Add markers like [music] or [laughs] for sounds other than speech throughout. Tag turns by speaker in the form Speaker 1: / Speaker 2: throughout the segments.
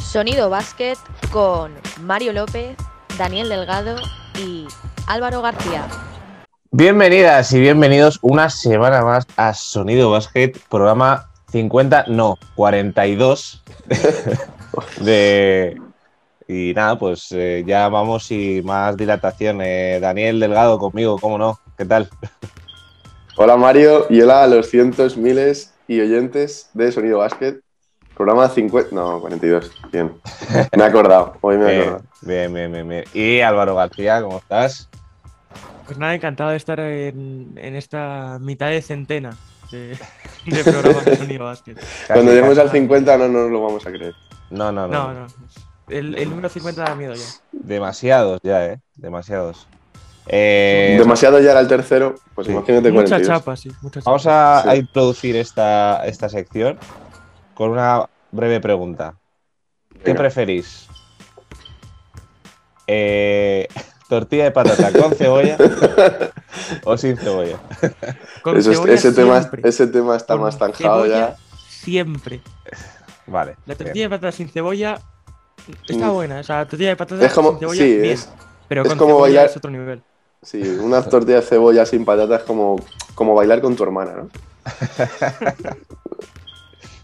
Speaker 1: Sonido Basket con Mario López, Daniel Delgado y Álvaro García.
Speaker 2: Bienvenidas y bienvenidos una semana más a Sonido Basket, programa 50, no, 42 [laughs] de... Y nada, pues eh, ya vamos y más dilatación. Eh, Daniel Delgado conmigo, ¿cómo no? ¿Qué tal?
Speaker 3: Hola Mario y hola a los cientos, miles y oyentes de Sonido Basket. Programa 50. No, 42.
Speaker 2: [laughs]
Speaker 3: Bien. Me he acordado. Hoy me he
Speaker 2: Bien,
Speaker 3: acordado.
Speaker 2: Eh, bien, bien, bien, bien. Y Álvaro García, ¿cómo estás?
Speaker 4: Pues nada, encantado de estar en, en esta mitad de centena de, de programas de Sonido Basket.
Speaker 3: Cuando
Speaker 2: Casi-
Speaker 3: lleguemos al 50 no nos lo vamos a creer.
Speaker 2: No,
Speaker 3: Ah,
Speaker 2: no, no.
Speaker 4: No, no. El, el número 50 da miedo ya.
Speaker 2: Demasiados ya, ¿eh? Demasiados. Eh,
Speaker 3: Demasiado ya era el tercero. Pues
Speaker 2: sí.
Speaker 3: imagínate
Speaker 4: Mucha
Speaker 3: 42.
Speaker 4: chapa, sí. Mucha chapa.
Speaker 2: Vamos a,
Speaker 3: Sí.
Speaker 2: a introducir esta, esta sección con una breve pregunta. ¿Qué
Speaker 3: Venga.
Speaker 2: preferís? Eh, [laughs] ¿Tortilla de patata con
Speaker 3: [laughs]
Speaker 2: cebolla o sin cebolla?
Speaker 4: Con
Speaker 3: Eso es-
Speaker 4: cebolla
Speaker 3: ese, tema,
Speaker 4: siempre.
Speaker 3: ese tema está
Speaker 4: Con
Speaker 3: más zanjado
Speaker 4: cebolla
Speaker 3: ya.
Speaker 4: Siempre.
Speaker 2: Vale.
Speaker 4: La
Speaker 2: bien.
Speaker 4: tortilla de patatas sin cebolla está
Speaker 3: Mm.
Speaker 4: buena. O sea, la tortilla de patatas
Speaker 3: Es como.
Speaker 4: sin cebolla
Speaker 3: Sí,
Speaker 4: bien.
Speaker 3: es,
Speaker 4: pero
Speaker 3: es
Speaker 4: con
Speaker 3: como
Speaker 4: cebolla
Speaker 3: bailar-
Speaker 4: es otro nivel.
Speaker 3: sí, una tortilla de cebolla sin patatas es como, como bailar con tu hermana, ¿no?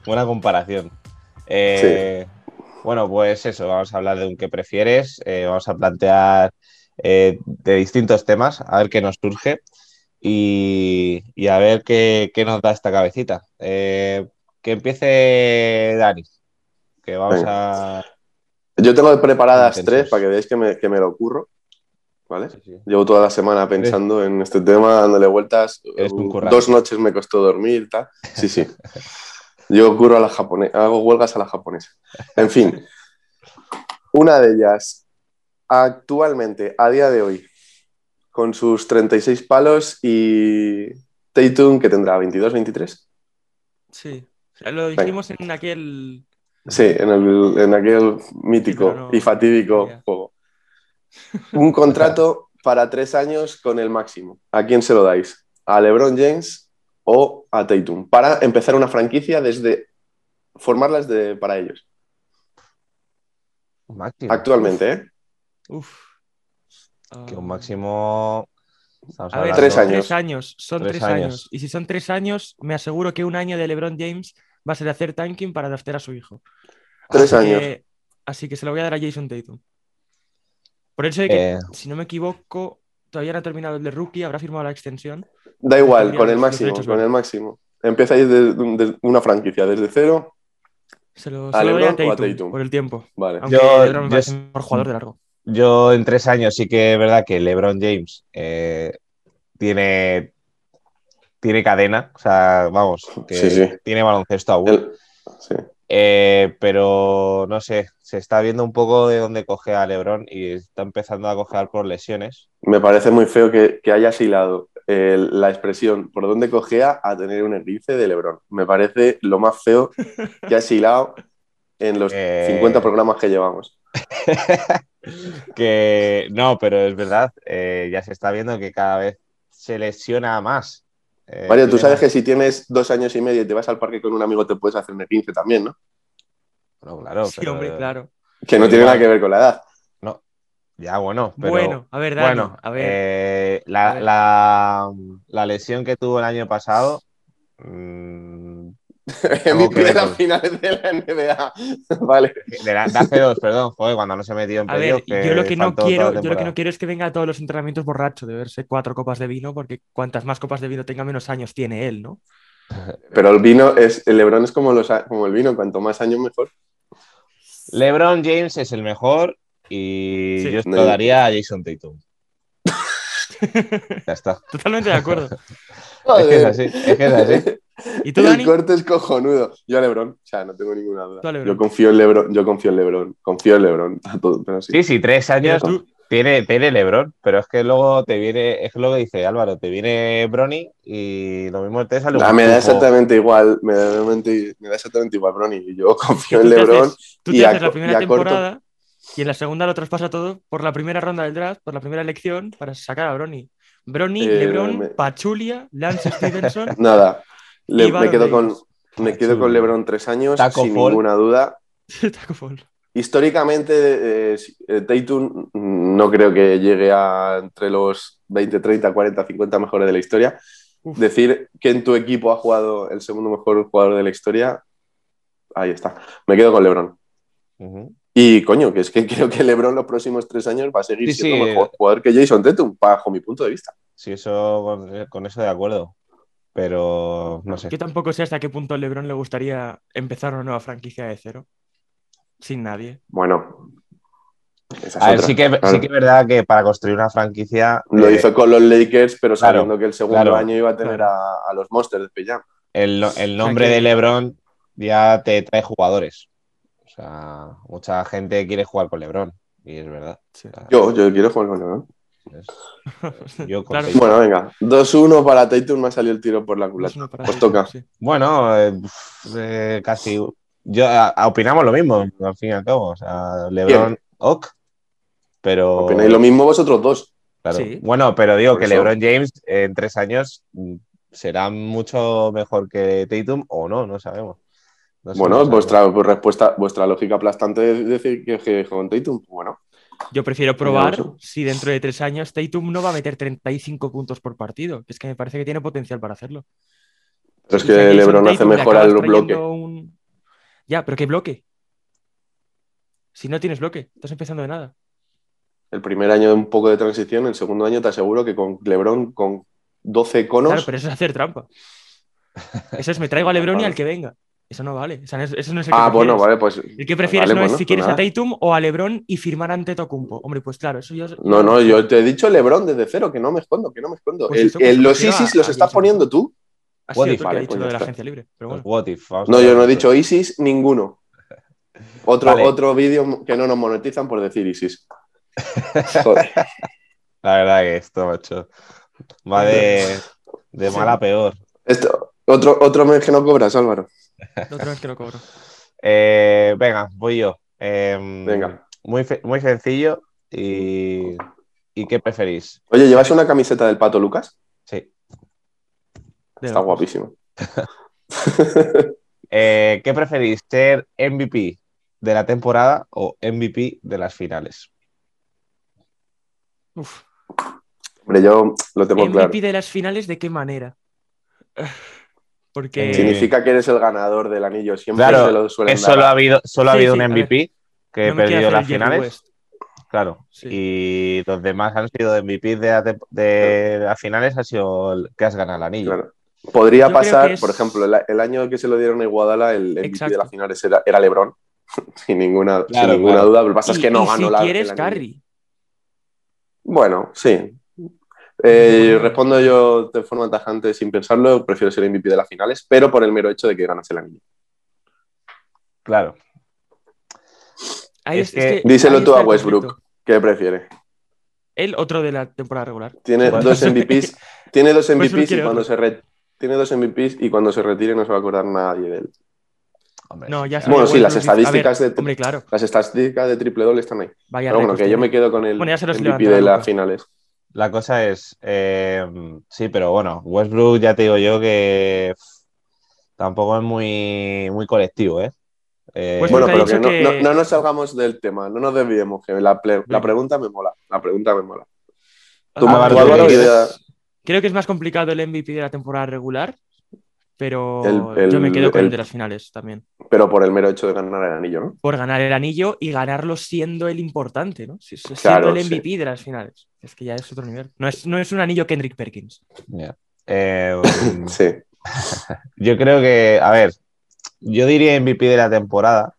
Speaker 2: Buena comparación. Eh, Bueno, pues eso, vamos a hablar de un que prefieres, eh, vamos a plantear eh, de distintos temas, a ver qué nos surge y, y a ver qué, qué nos da esta cabecita. Eh, que empiece Dani, que vamos a...
Speaker 3: Yo tengo preparadas
Speaker 2: Intensos.
Speaker 3: tres para que veáis que me, que me lo curro. ¿Vale?
Speaker 2: Sí, sí.
Speaker 3: Llevo toda la semana pensando en este tema, dándole vueltas.
Speaker 2: Eres un
Speaker 3: Uh,
Speaker 2: currante.
Speaker 3: Dos noches me costó dormir, tal.
Speaker 2: [laughs]
Speaker 3: Sí, sí. Yo curro a la japonesa, hago huelgas a la japonesa. En fin, una de ellas, actualmente, a día de hoy, con sus 36 palos y Tatum, que tendrá 22, 23.
Speaker 4: Sí. O sea, lo dijimos en aquel.
Speaker 3: Sí, en, el- en aquel mítico
Speaker 4: Sí, pero no-
Speaker 3: y fatídico
Speaker 4: Ya.
Speaker 3: juego. Un contrato para tres años con el máximo. ¿A quién se lo dais? ¿A LeBron James o a Tatum? Para empezar una franquicia desde formarlas de, para ellos.
Speaker 2: Máximo.
Speaker 3: Actualmente, ¿eh?
Speaker 4: Uf. Ah.
Speaker 2: Que un máximo... estamos
Speaker 4: A ver,
Speaker 2: hablando-
Speaker 3: Tres
Speaker 4: son
Speaker 3: años.
Speaker 4: tres años, son
Speaker 2: Tres
Speaker 4: tres,
Speaker 2: años.
Speaker 4: años. Y si son tres años, me aseguro que un año de LeBron James va a ser hacer tanking para draftear a su hijo.
Speaker 3: Tres
Speaker 4: Así
Speaker 3: años.
Speaker 4: que- así que se lo voy a dar a Jason Tatum. Por eso de que,
Speaker 2: Eh.
Speaker 4: si no me equivoco, todavía no ha terminado el de rookie, habrá firmado la extensión.
Speaker 3: Da igual, con el
Speaker 4: Los
Speaker 3: máximo,
Speaker 4: derechos,
Speaker 3: con
Speaker 4: ¿no?
Speaker 3: el máximo. Empezáis de, de una franquicia desde cero.
Speaker 4: Se lo,
Speaker 3: ¿A
Speaker 4: se lo doy a
Speaker 3: LeBron o a
Speaker 4: Tatum,
Speaker 3: Tatum?
Speaker 4: por el tiempo.
Speaker 3: Vale.
Speaker 4: Aunque
Speaker 2: Yo-
Speaker 4: LeBron me
Speaker 2: yo
Speaker 4: parece
Speaker 2: es-
Speaker 4: un mejor jugador de largo.
Speaker 2: Yo en tres años sí que es verdad que LeBron James eh, tiene, tiene cadena, o sea, vamos, que
Speaker 3: Sí, sí.
Speaker 2: tiene baloncesto aún.
Speaker 3: El- sí.
Speaker 2: Eh, pero no sé, se está viendo un poco de dónde coge a LeBron y está empezando a cojear por lesiones. [laughs]
Speaker 3: Me parece muy feo que, que hayas hilado eh, la expresión por dónde cojea a tener un esguince de Lebron. Me parece lo más feo que has hilado en los
Speaker 2: Eh.
Speaker 3: 50 programas que llevamos.
Speaker 2: Que no, pero es verdad, eh, ya se está viendo que cada vez se lesiona más. Eh,
Speaker 3: Mario, tú
Speaker 2: tiene
Speaker 3: sabes
Speaker 2: más-
Speaker 3: que si tienes dos años y medio y te vas al parque con un amigo te puedes hacer un esguince también, ¿no?
Speaker 2: Bueno, claro,
Speaker 4: sí,
Speaker 2: pero-
Speaker 4: hombre, claro.
Speaker 3: Que no
Speaker 2: Sí,
Speaker 3: tiene
Speaker 2: igual.
Speaker 3: nada que ver con
Speaker 2: [laughs]
Speaker 3: la edad.
Speaker 2: Ya, bueno, pero...
Speaker 4: bueno, a ver, Dani,
Speaker 2: Bueno,
Speaker 4: a ver.
Speaker 2: eh, la,
Speaker 4: a ver.
Speaker 2: La, la lesión que tuvo el año pasado. mm, que ver
Speaker 3: MVP de
Speaker 2: con-
Speaker 3: las finales de la NBA. [laughs] vale.
Speaker 2: de, la- de hace dos, perdón, joder, cuando no se metió en
Speaker 4: A ver,
Speaker 2: playoff, que
Speaker 4: yo lo que no
Speaker 2: faltó toda la
Speaker 4: quiero, yo lo que
Speaker 2: temporada.
Speaker 4: no quiero es que venga a todos los entrenamientos borracho de verse cuatro copas de vino, porque cuantas más copas de vino tenga, menos años tiene él, ¿no? [laughs]
Speaker 3: Pero el vino es, el Lebron es como, los, a- como el vino, cuanto más años mejor.
Speaker 2: LeBron James es el mejor y
Speaker 4: Sí.
Speaker 2: yo se
Speaker 3: No.
Speaker 2: lo daría a Jason
Speaker 4: [laughs]
Speaker 2: Tatum. ya está.
Speaker 4: Totalmente de acuerdo.
Speaker 2: Es que es así, es que es
Speaker 3: [laughs]
Speaker 2: así.
Speaker 4: ¿Y tú,
Speaker 3: el
Speaker 4: Dani?
Speaker 3: corte es cojonudo. Yo a Lebron, o sea, no tengo ninguna
Speaker 4: Tú
Speaker 3: duda.
Speaker 4: a LeBron.
Speaker 3: Yo confío en Lebron, yo confío en Lebron, confío en Lebron. A todo, pero sí.
Speaker 2: Sí, sí, tres años
Speaker 4: Tú-
Speaker 2: tiene, tiene LeBron, pero es que luego te viene, es lo que dice Álvaro, te viene Bronny y lo mismo te sale un
Speaker 3: Ah, me da
Speaker 2: tufo.
Speaker 3: exactamente igual, me da exactamente, me da exactamente igual, Bronny. Y yo [laughs] confío
Speaker 4: tú
Speaker 3: en
Speaker 4: te
Speaker 3: Lebron.
Speaker 4: haces- tú
Speaker 3: y
Speaker 4: te
Speaker 3: a
Speaker 4: haces
Speaker 3: co-
Speaker 4: la
Speaker 3: y
Speaker 4: primera
Speaker 3: a corto.
Speaker 4: temporada y en la segunda lo traspasa todo por la primera ronda del draft, por la primera elección, para sacar a Brony. Brony,
Speaker 3: Eh,
Speaker 4: LeBron,
Speaker 3: me-
Speaker 4: Pachulia, Lance
Speaker 3: [laughs]
Speaker 4: Stevenson. [laughs]
Speaker 3: Nada. Le-
Speaker 4: Y
Speaker 3: me
Speaker 4: Baron
Speaker 3: quedo con,
Speaker 4: Davis.
Speaker 3: me quedo con Lebron tres años,
Speaker 2: Taco
Speaker 3: sin
Speaker 2: Fall.
Speaker 3: ninguna duda.
Speaker 4: Taco Fall.
Speaker 3: Históricamente, eh, eh, Tatum no creo que llegue a entre los 20, 30, 40, 50 mejores de la historia.
Speaker 4: Uf.
Speaker 3: Decir que en tu equipo ha jugado el segundo mejor jugador de la historia, ahí está. Me quedo con LeBron.
Speaker 2: Ujú.
Speaker 3: Y coño, que es que creo que LeBron los próximos tres años va a seguir
Speaker 2: Sí,
Speaker 3: siendo
Speaker 2: sí.
Speaker 3: mejor jugador que Jason Tatum, bajo mi punto de vista.
Speaker 2: Sí, eso con, eh, con eso de acuerdo. Pero no sé.
Speaker 4: Yo tampoco sé hasta qué punto a LeBron le gustaría empezar una nueva franquicia de cero. Sin nadie.
Speaker 3: Bueno. esa es
Speaker 2: A ver,
Speaker 3: otra,
Speaker 2: sí que,
Speaker 3: claro.
Speaker 2: sí que es verdad que para construir una franquicia
Speaker 3: Lo
Speaker 2: eh,
Speaker 3: hizo con los Lakers, pero
Speaker 2: claro,
Speaker 3: sabiendo que el segundo
Speaker 2: claro,
Speaker 3: año iba a tener
Speaker 4: claro.
Speaker 3: a, a los Monsters de Pijama.
Speaker 2: el, no- el nombre
Speaker 4: que-
Speaker 2: de LeBron ya te trae jugadores. O sea, mucha gente quiere jugar con LeBron. Y es verdad.
Speaker 3: Yo, yo quiero jugar con LeBron.
Speaker 2: Es- yo con
Speaker 4: [laughs] Claro.
Speaker 2: Tatum.
Speaker 3: Bueno, venga. 2-1 para Tatum, me ha salido el tiro por la
Speaker 4: Pues
Speaker 3: culata.
Speaker 4: no para
Speaker 3: Pues
Speaker 4: ti,
Speaker 3: toca.
Speaker 4: sí.
Speaker 2: Bueno, eh, pf, eh, casi. Yo a- opinamos lo mismo, al fin y al cabo. O sea, LeBron, ok. Pero.
Speaker 3: Opináis lo mismo vosotros dos.
Speaker 2: claro.
Speaker 4: Sí.
Speaker 2: Bueno, pero digo
Speaker 3: Por
Speaker 2: que
Speaker 3: eso.
Speaker 2: LeBron James eh, en tres años mm, será mucho mejor que Tatum o no, no sabemos. No sé,
Speaker 3: Bueno,
Speaker 2: no sabemos.
Speaker 3: vuestra respuesta, vuestra lógica aplastante es decir que, que con Tatum, bueno,
Speaker 4: Yo prefiero probar
Speaker 3: Mira, eso.
Speaker 4: si dentro de tres años Tatum no va a meter 35 puntos por partido. Que es que me parece que tiene potencial para hacerlo.
Speaker 3: pero es
Speaker 4: Y si a
Speaker 3: que
Speaker 4: Jason
Speaker 3: LeBron hace
Speaker 4: Tatum le
Speaker 3: mejor
Speaker 4: acabas
Speaker 3: al
Speaker 4: trayendo
Speaker 3: bloque.
Speaker 4: un- Ya, pero ¿qué bloque? Si no tienes bloque, estás empezando de nada.
Speaker 3: El primer año un poco de transición, el segundo año te aseguro que con LeBron con 12 conos,
Speaker 4: Claro, pero eso es hacer trampa. Eso es
Speaker 3: [laughs]
Speaker 4: me traigo a Lebron y al que venga. Eso no vale. O sea, no es- eso no es el que
Speaker 3: Ah, bueno,
Speaker 4: prefieres.
Speaker 3: vale, pues
Speaker 4: El que prefieres
Speaker 3: Vale,
Speaker 4: no
Speaker 3: bueno,
Speaker 4: es si quieres
Speaker 3: nada.
Speaker 4: a Tatum o a Lebron y firmar ante Tocumpo. Hombre, pues claro, eso yo.
Speaker 3: No, no, yo te he dicho LeBron desde cero, que no me escondo, que no me escondo.
Speaker 4: Pues
Speaker 3: El-
Speaker 4: eso, pues
Speaker 3: el-
Speaker 4: me
Speaker 3: los
Speaker 4: refiero a-
Speaker 3: ISIS los
Speaker 4: a
Speaker 3: estás
Speaker 4: Jason.
Speaker 3: poniendo tú.
Speaker 4: Ha sido
Speaker 2: What
Speaker 4: tú el
Speaker 2: if,
Speaker 4: que
Speaker 3: vale,
Speaker 4: ha dicho
Speaker 3: pues
Speaker 4: lo
Speaker 3: ya
Speaker 4: de la
Speaker 3: está.
Speaker 4: agencia libre. Pero
Speaker 2: Los
Speaker 4: bueno,
Speaker 2: what if, vamos a
Speaker 3: No, yo
Speaker 2: ver
Speaker 3: no he
Speaker 2: eso.
Speaker 3: dicho
Speaker 2: [laughs]
Speaker 3: ISIS ninguno. Otro,
Speaker 2: Vale.
Speaker 3: otro vídeo que no nos monetizan por decir ISIS. [laughs] Joder.
Speaker 2: La verdad que esto, macho. Va de, de mal a peor.
Speaker 3: Esto, otro, otro mes que no cobras, Álvaro. Pues
Speaker 4: la otra vez que lo cobro.
Speaker 2: Eh, venga, voy yo. Em,
Speaker 3: Venga.
Speaker 2: Muy, fe- muy sencillo. Y, ¿Y qué preferís?
Speaker 3: Oye, ¿llevas una camiseta del pato Lucas?
Speaker 2: Sí.
Speaker 4: De
Speaker 3: Está
Speaker 4: lo-
Speaker 3: guapísimo.
Speaker 2: Eh, ¿Qué preferís? ¿Ser MVP de la temporada o MVP de las finales?
Speaker 4: Uf.
Speaker 3: [laughs] Hombre, yo lo tengo
Speaker 4: MVP
Speaker 3: claro.
Speaker 4: de las finales, ¿de qué
Speaker 2: [laughs]
Speaker 4: manera? Porque.
Speaker 2: Sí,
Speaker 3: Significa que eres el ganador del anillo. Siempre
Speaker 2: Claro,
Speaker 3: se lo suelen
Speaker 2: Que solo ha
Speaker 3: dar.
Speaker 2: habido, solo ha
Speaker 4: Sí,
Speaker 2: habido
Speaker 4: sí, a
Speaker 2: un
Speaker 4: ver.
Speaker 2: MVP que
Speaker 4: no me quiero
Speaker 2: perdió
Speaker 4: hacer
Speaker 2: las
Speaker 4: el Jerry
Speaker 2: finales.
Speaker 4: West.
Speaker 2: Claro.
Speaker 4: Sí.
Speaker 2: Y los demás han sido MVP de, la tem- de las finales, ha sido el que has ganado el anillo.
Speaker 3: Claro. Podría
Speaker 4: Yo creo
Speaker 3: pasar,
Speaker 4: que es-
Speaker 3: por ejemplo, el, el año que se lo dieron a Iguadala, el MVP de
Speaker 4: Exacto.
Speaker 3: las finales era, era LeBron. [laughs] sin ninguna, sin
Speaker 2: Claro,
Speaker 3: ninguna
Speaker 2: claro.
Speaker 3: duda. Lo que pasa es
Speaker 4: Y-
Speaker 3: que no
Speaker 4: y
Speaker 3: ganó
Speaker 4: si
Speaker 3: la.
Speaker 4: quieres,
Speaker 3: el anillo.
Speaker 4: Curry.
Speaker 3: Bueno, sí. Eh, respondo yo de forma tajante sin pensarlo, prefiero ser MVP de las finales, pero por el mero hecho de que ganas el anillo.
Speaker 2: Claro.
Speaker 4: Ahí
Speaker 2: Es
Speaker 4: es- es
Speaker 2: que-
Speaker 4: que-
Speaker 3: díselo
Speaker 4: ahí
Speaker 3: tú
Speaker 4: está
Speaker 3: a
Speaker 4: el
Speaker 3: Westbrook.
Speaker 4: conflicto.
Speaker 3: ¿Qué prefiere?
Speaker 4: Él, otro de la temporada regular.
Speaker 2: Pues
Speaker 3: Tiene
Speaker 2: Bueno.
Speaker 3: dos
Speaker 4: [laughs] Pues
Speaker 3: MVPs, tiene dos
Speaker 4: Westbrook
Speaker 3: MVPs y
Speaker 4: quiere
Speaker 3: cuando
Speaker 4: otro.
Speaker 3: se re- tiene dos MVPs y cuando se retire no se va a acordar nadie de él.
Speaker 2: Hombre,
Speaker 4: No, ya
Speaker 2: claro.
Speaker 3: Bueno, sí,
Speaker 4: Westbrook
Speaker 3: las
Speaker 4: dice-
Speaker 3: estadísticas
Speaker 4: a ver,
Speaker 3: de-
Speaker 4: Hombre, claro.
Speaker 3: Las estadísticas de triple doble están ahí.
Speaker 4: Vaya
Speaker 3: Pero bueno, que
Speaker 4: récords
Speaker 3: yo
Speaker 4: tiene.
Speaker 3: me quedo con el
Speaker 4: Bueno, ya se los
Speaker 3: MVP
Speaker 4: levantará
Speaker 3: de las
Speaker 4: Luka.
Speaker 3: finales.
Speaker 2: La cosa es, eh, sí, pero bueno, Westbrook ya te digo yo que pff, tampoco es muy, muy colectivo, ¿eh? Eh,
Speaker 4: Westbrook
Speaker 3: Bueno,
Speaker 4: ha
Speaker 3: pero
Speaker 4: dicho
Speaker 3: que no,
Speaker 4: que- Mm.
Speaker 3: no- no nos salgamos del tema, no nos desviemos, que la, ple- la pregunta me mola, la pregunta me mola. Tú,
Speaker 2: Ah,
Speaker 3: tú,
Speaker 2: vale,
Speaker 3: Álvaro,
Speaker 2: vale.
Speaker 3: y ya-
Speaker 4: Creo que es más complicado el MVP de la temporada regular, pero
Speaker 3: El- el-
Speaker 4: yo me quedo con el,
Speaker 3: el-
Speaker 4: de las finales también.
Speaker 3: pero por el mero hecho de ganar el anillo, ¿no?
Speaker 4: Por ganar el anillo y ganarlo siendo el importante, ¿no? Si- si- Siendo
Speaker 3: Claro,
Speaker 4: el
Speaker 3: sí.
Speaker 4: MVP de las finales. Es que ya es otro nivel. No es, no es un anillo Kendrick Perkins.
Speaker 2: ya. Eh,
Speaker 3: [laughs]
Speaker 4: Mm.
Speaker 3: Sí.
Speaker 2: yo creo que, a ver, yo diría MVP de la temporada,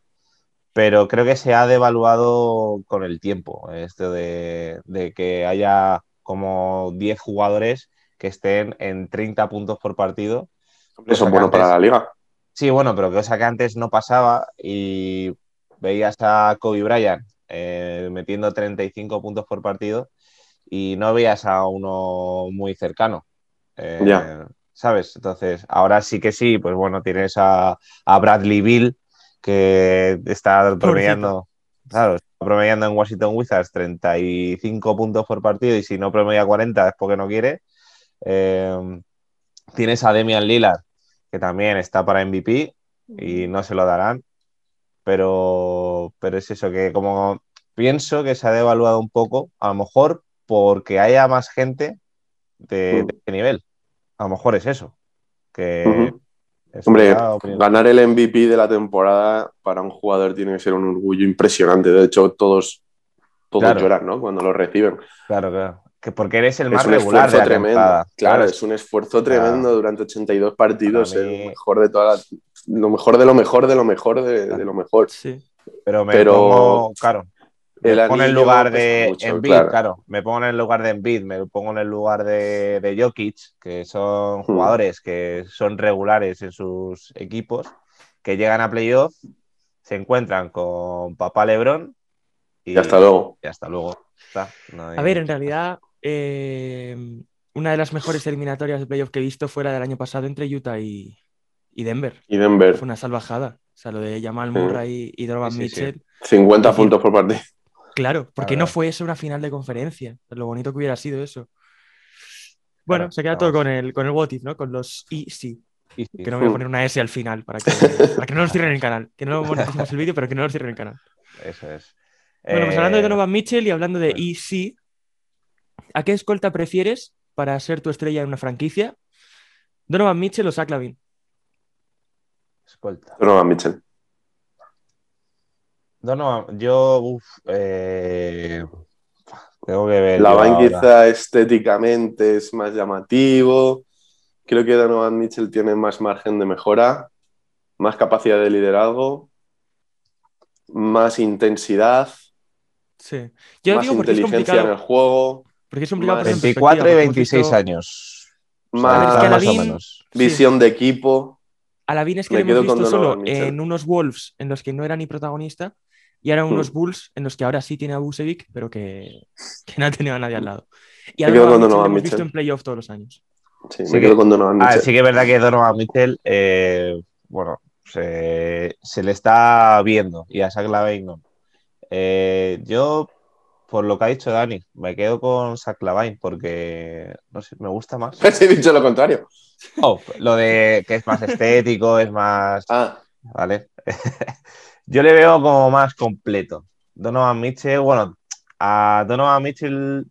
Speaker 2: pero creo que se ha devaluado con el tiempo, esto de, de que haya como 10 jugadores que estén en 30 puntos por partido.
Speaker 3: Eso es bueno
Speaker 2: Sacantes.
Speaker 3: para la liga.
Speaker 2: Sí, bueno, pero cosa que antes no pasaba y veías a Kobe Bryant eh, metiendo 35 puntos por partido y no veías a uno muy cercano. Eh,
Speaker 3: Ya.
Speaker 2: ¿Sabes? Entonces, ahora sí que sí, pues bueno, tienes a, a Bradley Bill que está promediando, claro, está promediando en Washington Wizards 35 puntos por partido y si no promedia 40 es porque no quiere. Eh, tienes a Demian Lillard que también está para MVP y no se lo darán. pero, pero es eso, que como pienso que se ha devaluado un poco, a lo mejor porque haya más gente de,
Speaker 3: Mm.
Speaker 2: de este nivel. A lo mejor es eso. Que
Speaker 3: Ujú.
Speaker 2: es
Speaker 3: Hombre,
Speaker 2: una opinión.
Speaker 3: ganar el MVP de la temporada para un jugador tiene que ser un orgullo impresionante. De hecho, todos, todos
Speaker 2: Claro.
Speaker 3: lloran, ¿no? Cuando lo reciben.
Speaker 2: Claro, claro. Que porque eres el más
Speaker 3: es un
Speaker 2: regular de
Speaker 3: esfuerzo
Speaker 2: la
Speaker 3: tremendo.
Speaker 2: temporada.
Speaker 3: Claro, es un esfuerzo tremendo durante 82 partidos,
Speaker 2: Para
Speaker 3: ser
Speaker 2: mí-
Speaker 3: lo mejor de toda la- lo mejor de lo mejor de lo mejor de, de lo mejor.
Speaker 4: Sí.
Speaker 2: Pero me
Speaker 3: pero
Speaker 2: pongo, claro, me
Speaker 3: el
Speaker 2: pongo en el
Speaker 3: anillo
Speaker 2: lugar
Speaker 3: pesa
Speaker 2: de
Speaker 3: mucho,
Speaker 2: Embiid, claro.
Speaker 3: claro.
Speaker 2: me pongo en el lugar de Embiid, me pongo en el lugar de, de Jokic, que
Speaker 3: Hmm.
Speaker 2: son jugadores que son regulares en sus equipos, que llegan a playoff, se encuentran con papá Lebron y,
Speaker 3: Y hasta luego.
Speaker 2: y hasta luego. Está, no hay-
Speaker 4: A ver, en realidad, eh, una de las mejores eliminatorias de playoff que he visto fue la del año pasado entre Utah y, y Denver.
Speaker 3: Y Denver,
Speaker 4: Fue una salvajada. O sea, lo de Jamal
Speaker 3: Sí.
Speaker 4: Murray y Donovan
Speaker 2: Sí, sí, sí.
Speaker 4: Mitchell.
Speaker 3: 50 puntos por partido. [laughs]
Speaker 4: Claro, porque
Speaker 2: Claro.
Speaker 4: no fue eso una final de conferencia. Lo bonito que hubiera sido eso. Bueno,
Speaker 2: Claro,
Speaker 4: se queda
Speaker 2: no,
Speaker 4: todo
Speaker 2: sí.
Speaker 4: con el, con el what if, ¿no? Con los y sí.
Speaker 2: Y sí.
Speaker 4: Que no voy a
Speaker 3: Mm.
Speaker 4: poner una S al final para que, para que no nos cierren el canal. Que no moneticemos el vídeo, pero que no nos cierren el canal.
Speaker 2: Eso es.
Speaker 4: Bueno, pues hablando
Speaker 2: Eh,
Speaker 4: de Donovan Mitchell y hablando de
Speaker 2: bueno.
Speaker 4: y sí, ¿a qué escolta prefieres para ser tu estrella en una franquicia? ¿Donovan Mitchell o Zach Lavin?
Speaker 2: escolta.
Speaker 3: Donovan Mitchell.
Speaker 2: Donovan, yo uf, eh, tengo que ver.
Speaker 3: La
Speaker 2: yo
Speaker 3: Van
Speaker 2: ahora.
Speaker 3: quizá estéticamente es más llamativo. Creo que Donovan Mitchell tiene más margen de mejora, más capacidad de liderazgo, más intensidad,
Speaker 4: Sí. Yo
Speaker 3: más
Speaker 4: digo porque es
Speaker 3: inteligencia en el
Speaker 4: complicado.
Speaker 3: juego,
Speaker 4: Porque es complicado
Speaker 3: más-
Speaker 4: poner
Speaker 2: 24
Speaker 4: en
Speaker 2: y
Speaker 4: perspectiva, porque hemos
Speaker 2: 26
Speaker 4: visto-
Speaker 2: años. O sea,
Speaker 3: más
Speaker 4: es que
Speaker 2: está más o
Speaker 4: Alavín-
Speaker 2: menos.
Speaker 4: Sí.
Speaker 3: visión de equipo.
Speaker 4: A Lavin es que
Speaker 3: Me
Speaker 4: le hemos
Speaker 3: quedo con
Speaker 4: visto
Speaker 3: Donovan
Speaker 4: solo
Speaker 3: Mitchell.
Speaker 4: en unos Wolves en los que no era ni protagonista y ahora
Speaker 3: Hmm.
Speaker 4: unos Bulls en los que ahora sí tiene a Busevic, pero que, que no ha tenido a nadie al lado. Y a
Speaker 3: Me quedo con
Speaker 4: Donovan Mitchell le
Speaker 3: Donovan
Speaker 4: hemos visto
Speaker 3: Mitchell.
Speaker 4: en playoff todos los años.
Speaker 3: Sí,
Speaker 2: Sí
Speaker 3: me
Speaker 2: que-
Speaker 3: quedo con Donovan
Speaker 2: Ah,
Speaker 3: Mitchell.
Speaker 2: sí que es verdad que Donovan Mitchell, eh, bueno, se, se le está viendo y a Zach Lavine no. Eh, yo, por lo que ha dicho Dani, me quedo con Zach Lavine porque, no sé, me gusta más.
Speaker 3: [laughs] He dicho lo contrario.
Speaker 2: Oh, lo de que es más estético, es más...
Speaker 3: Ah,
Speaker 2: ¿vale? [laughs] Yo le veo como más completo. Donovan Mitchell, bueno, a Donovan Mitchell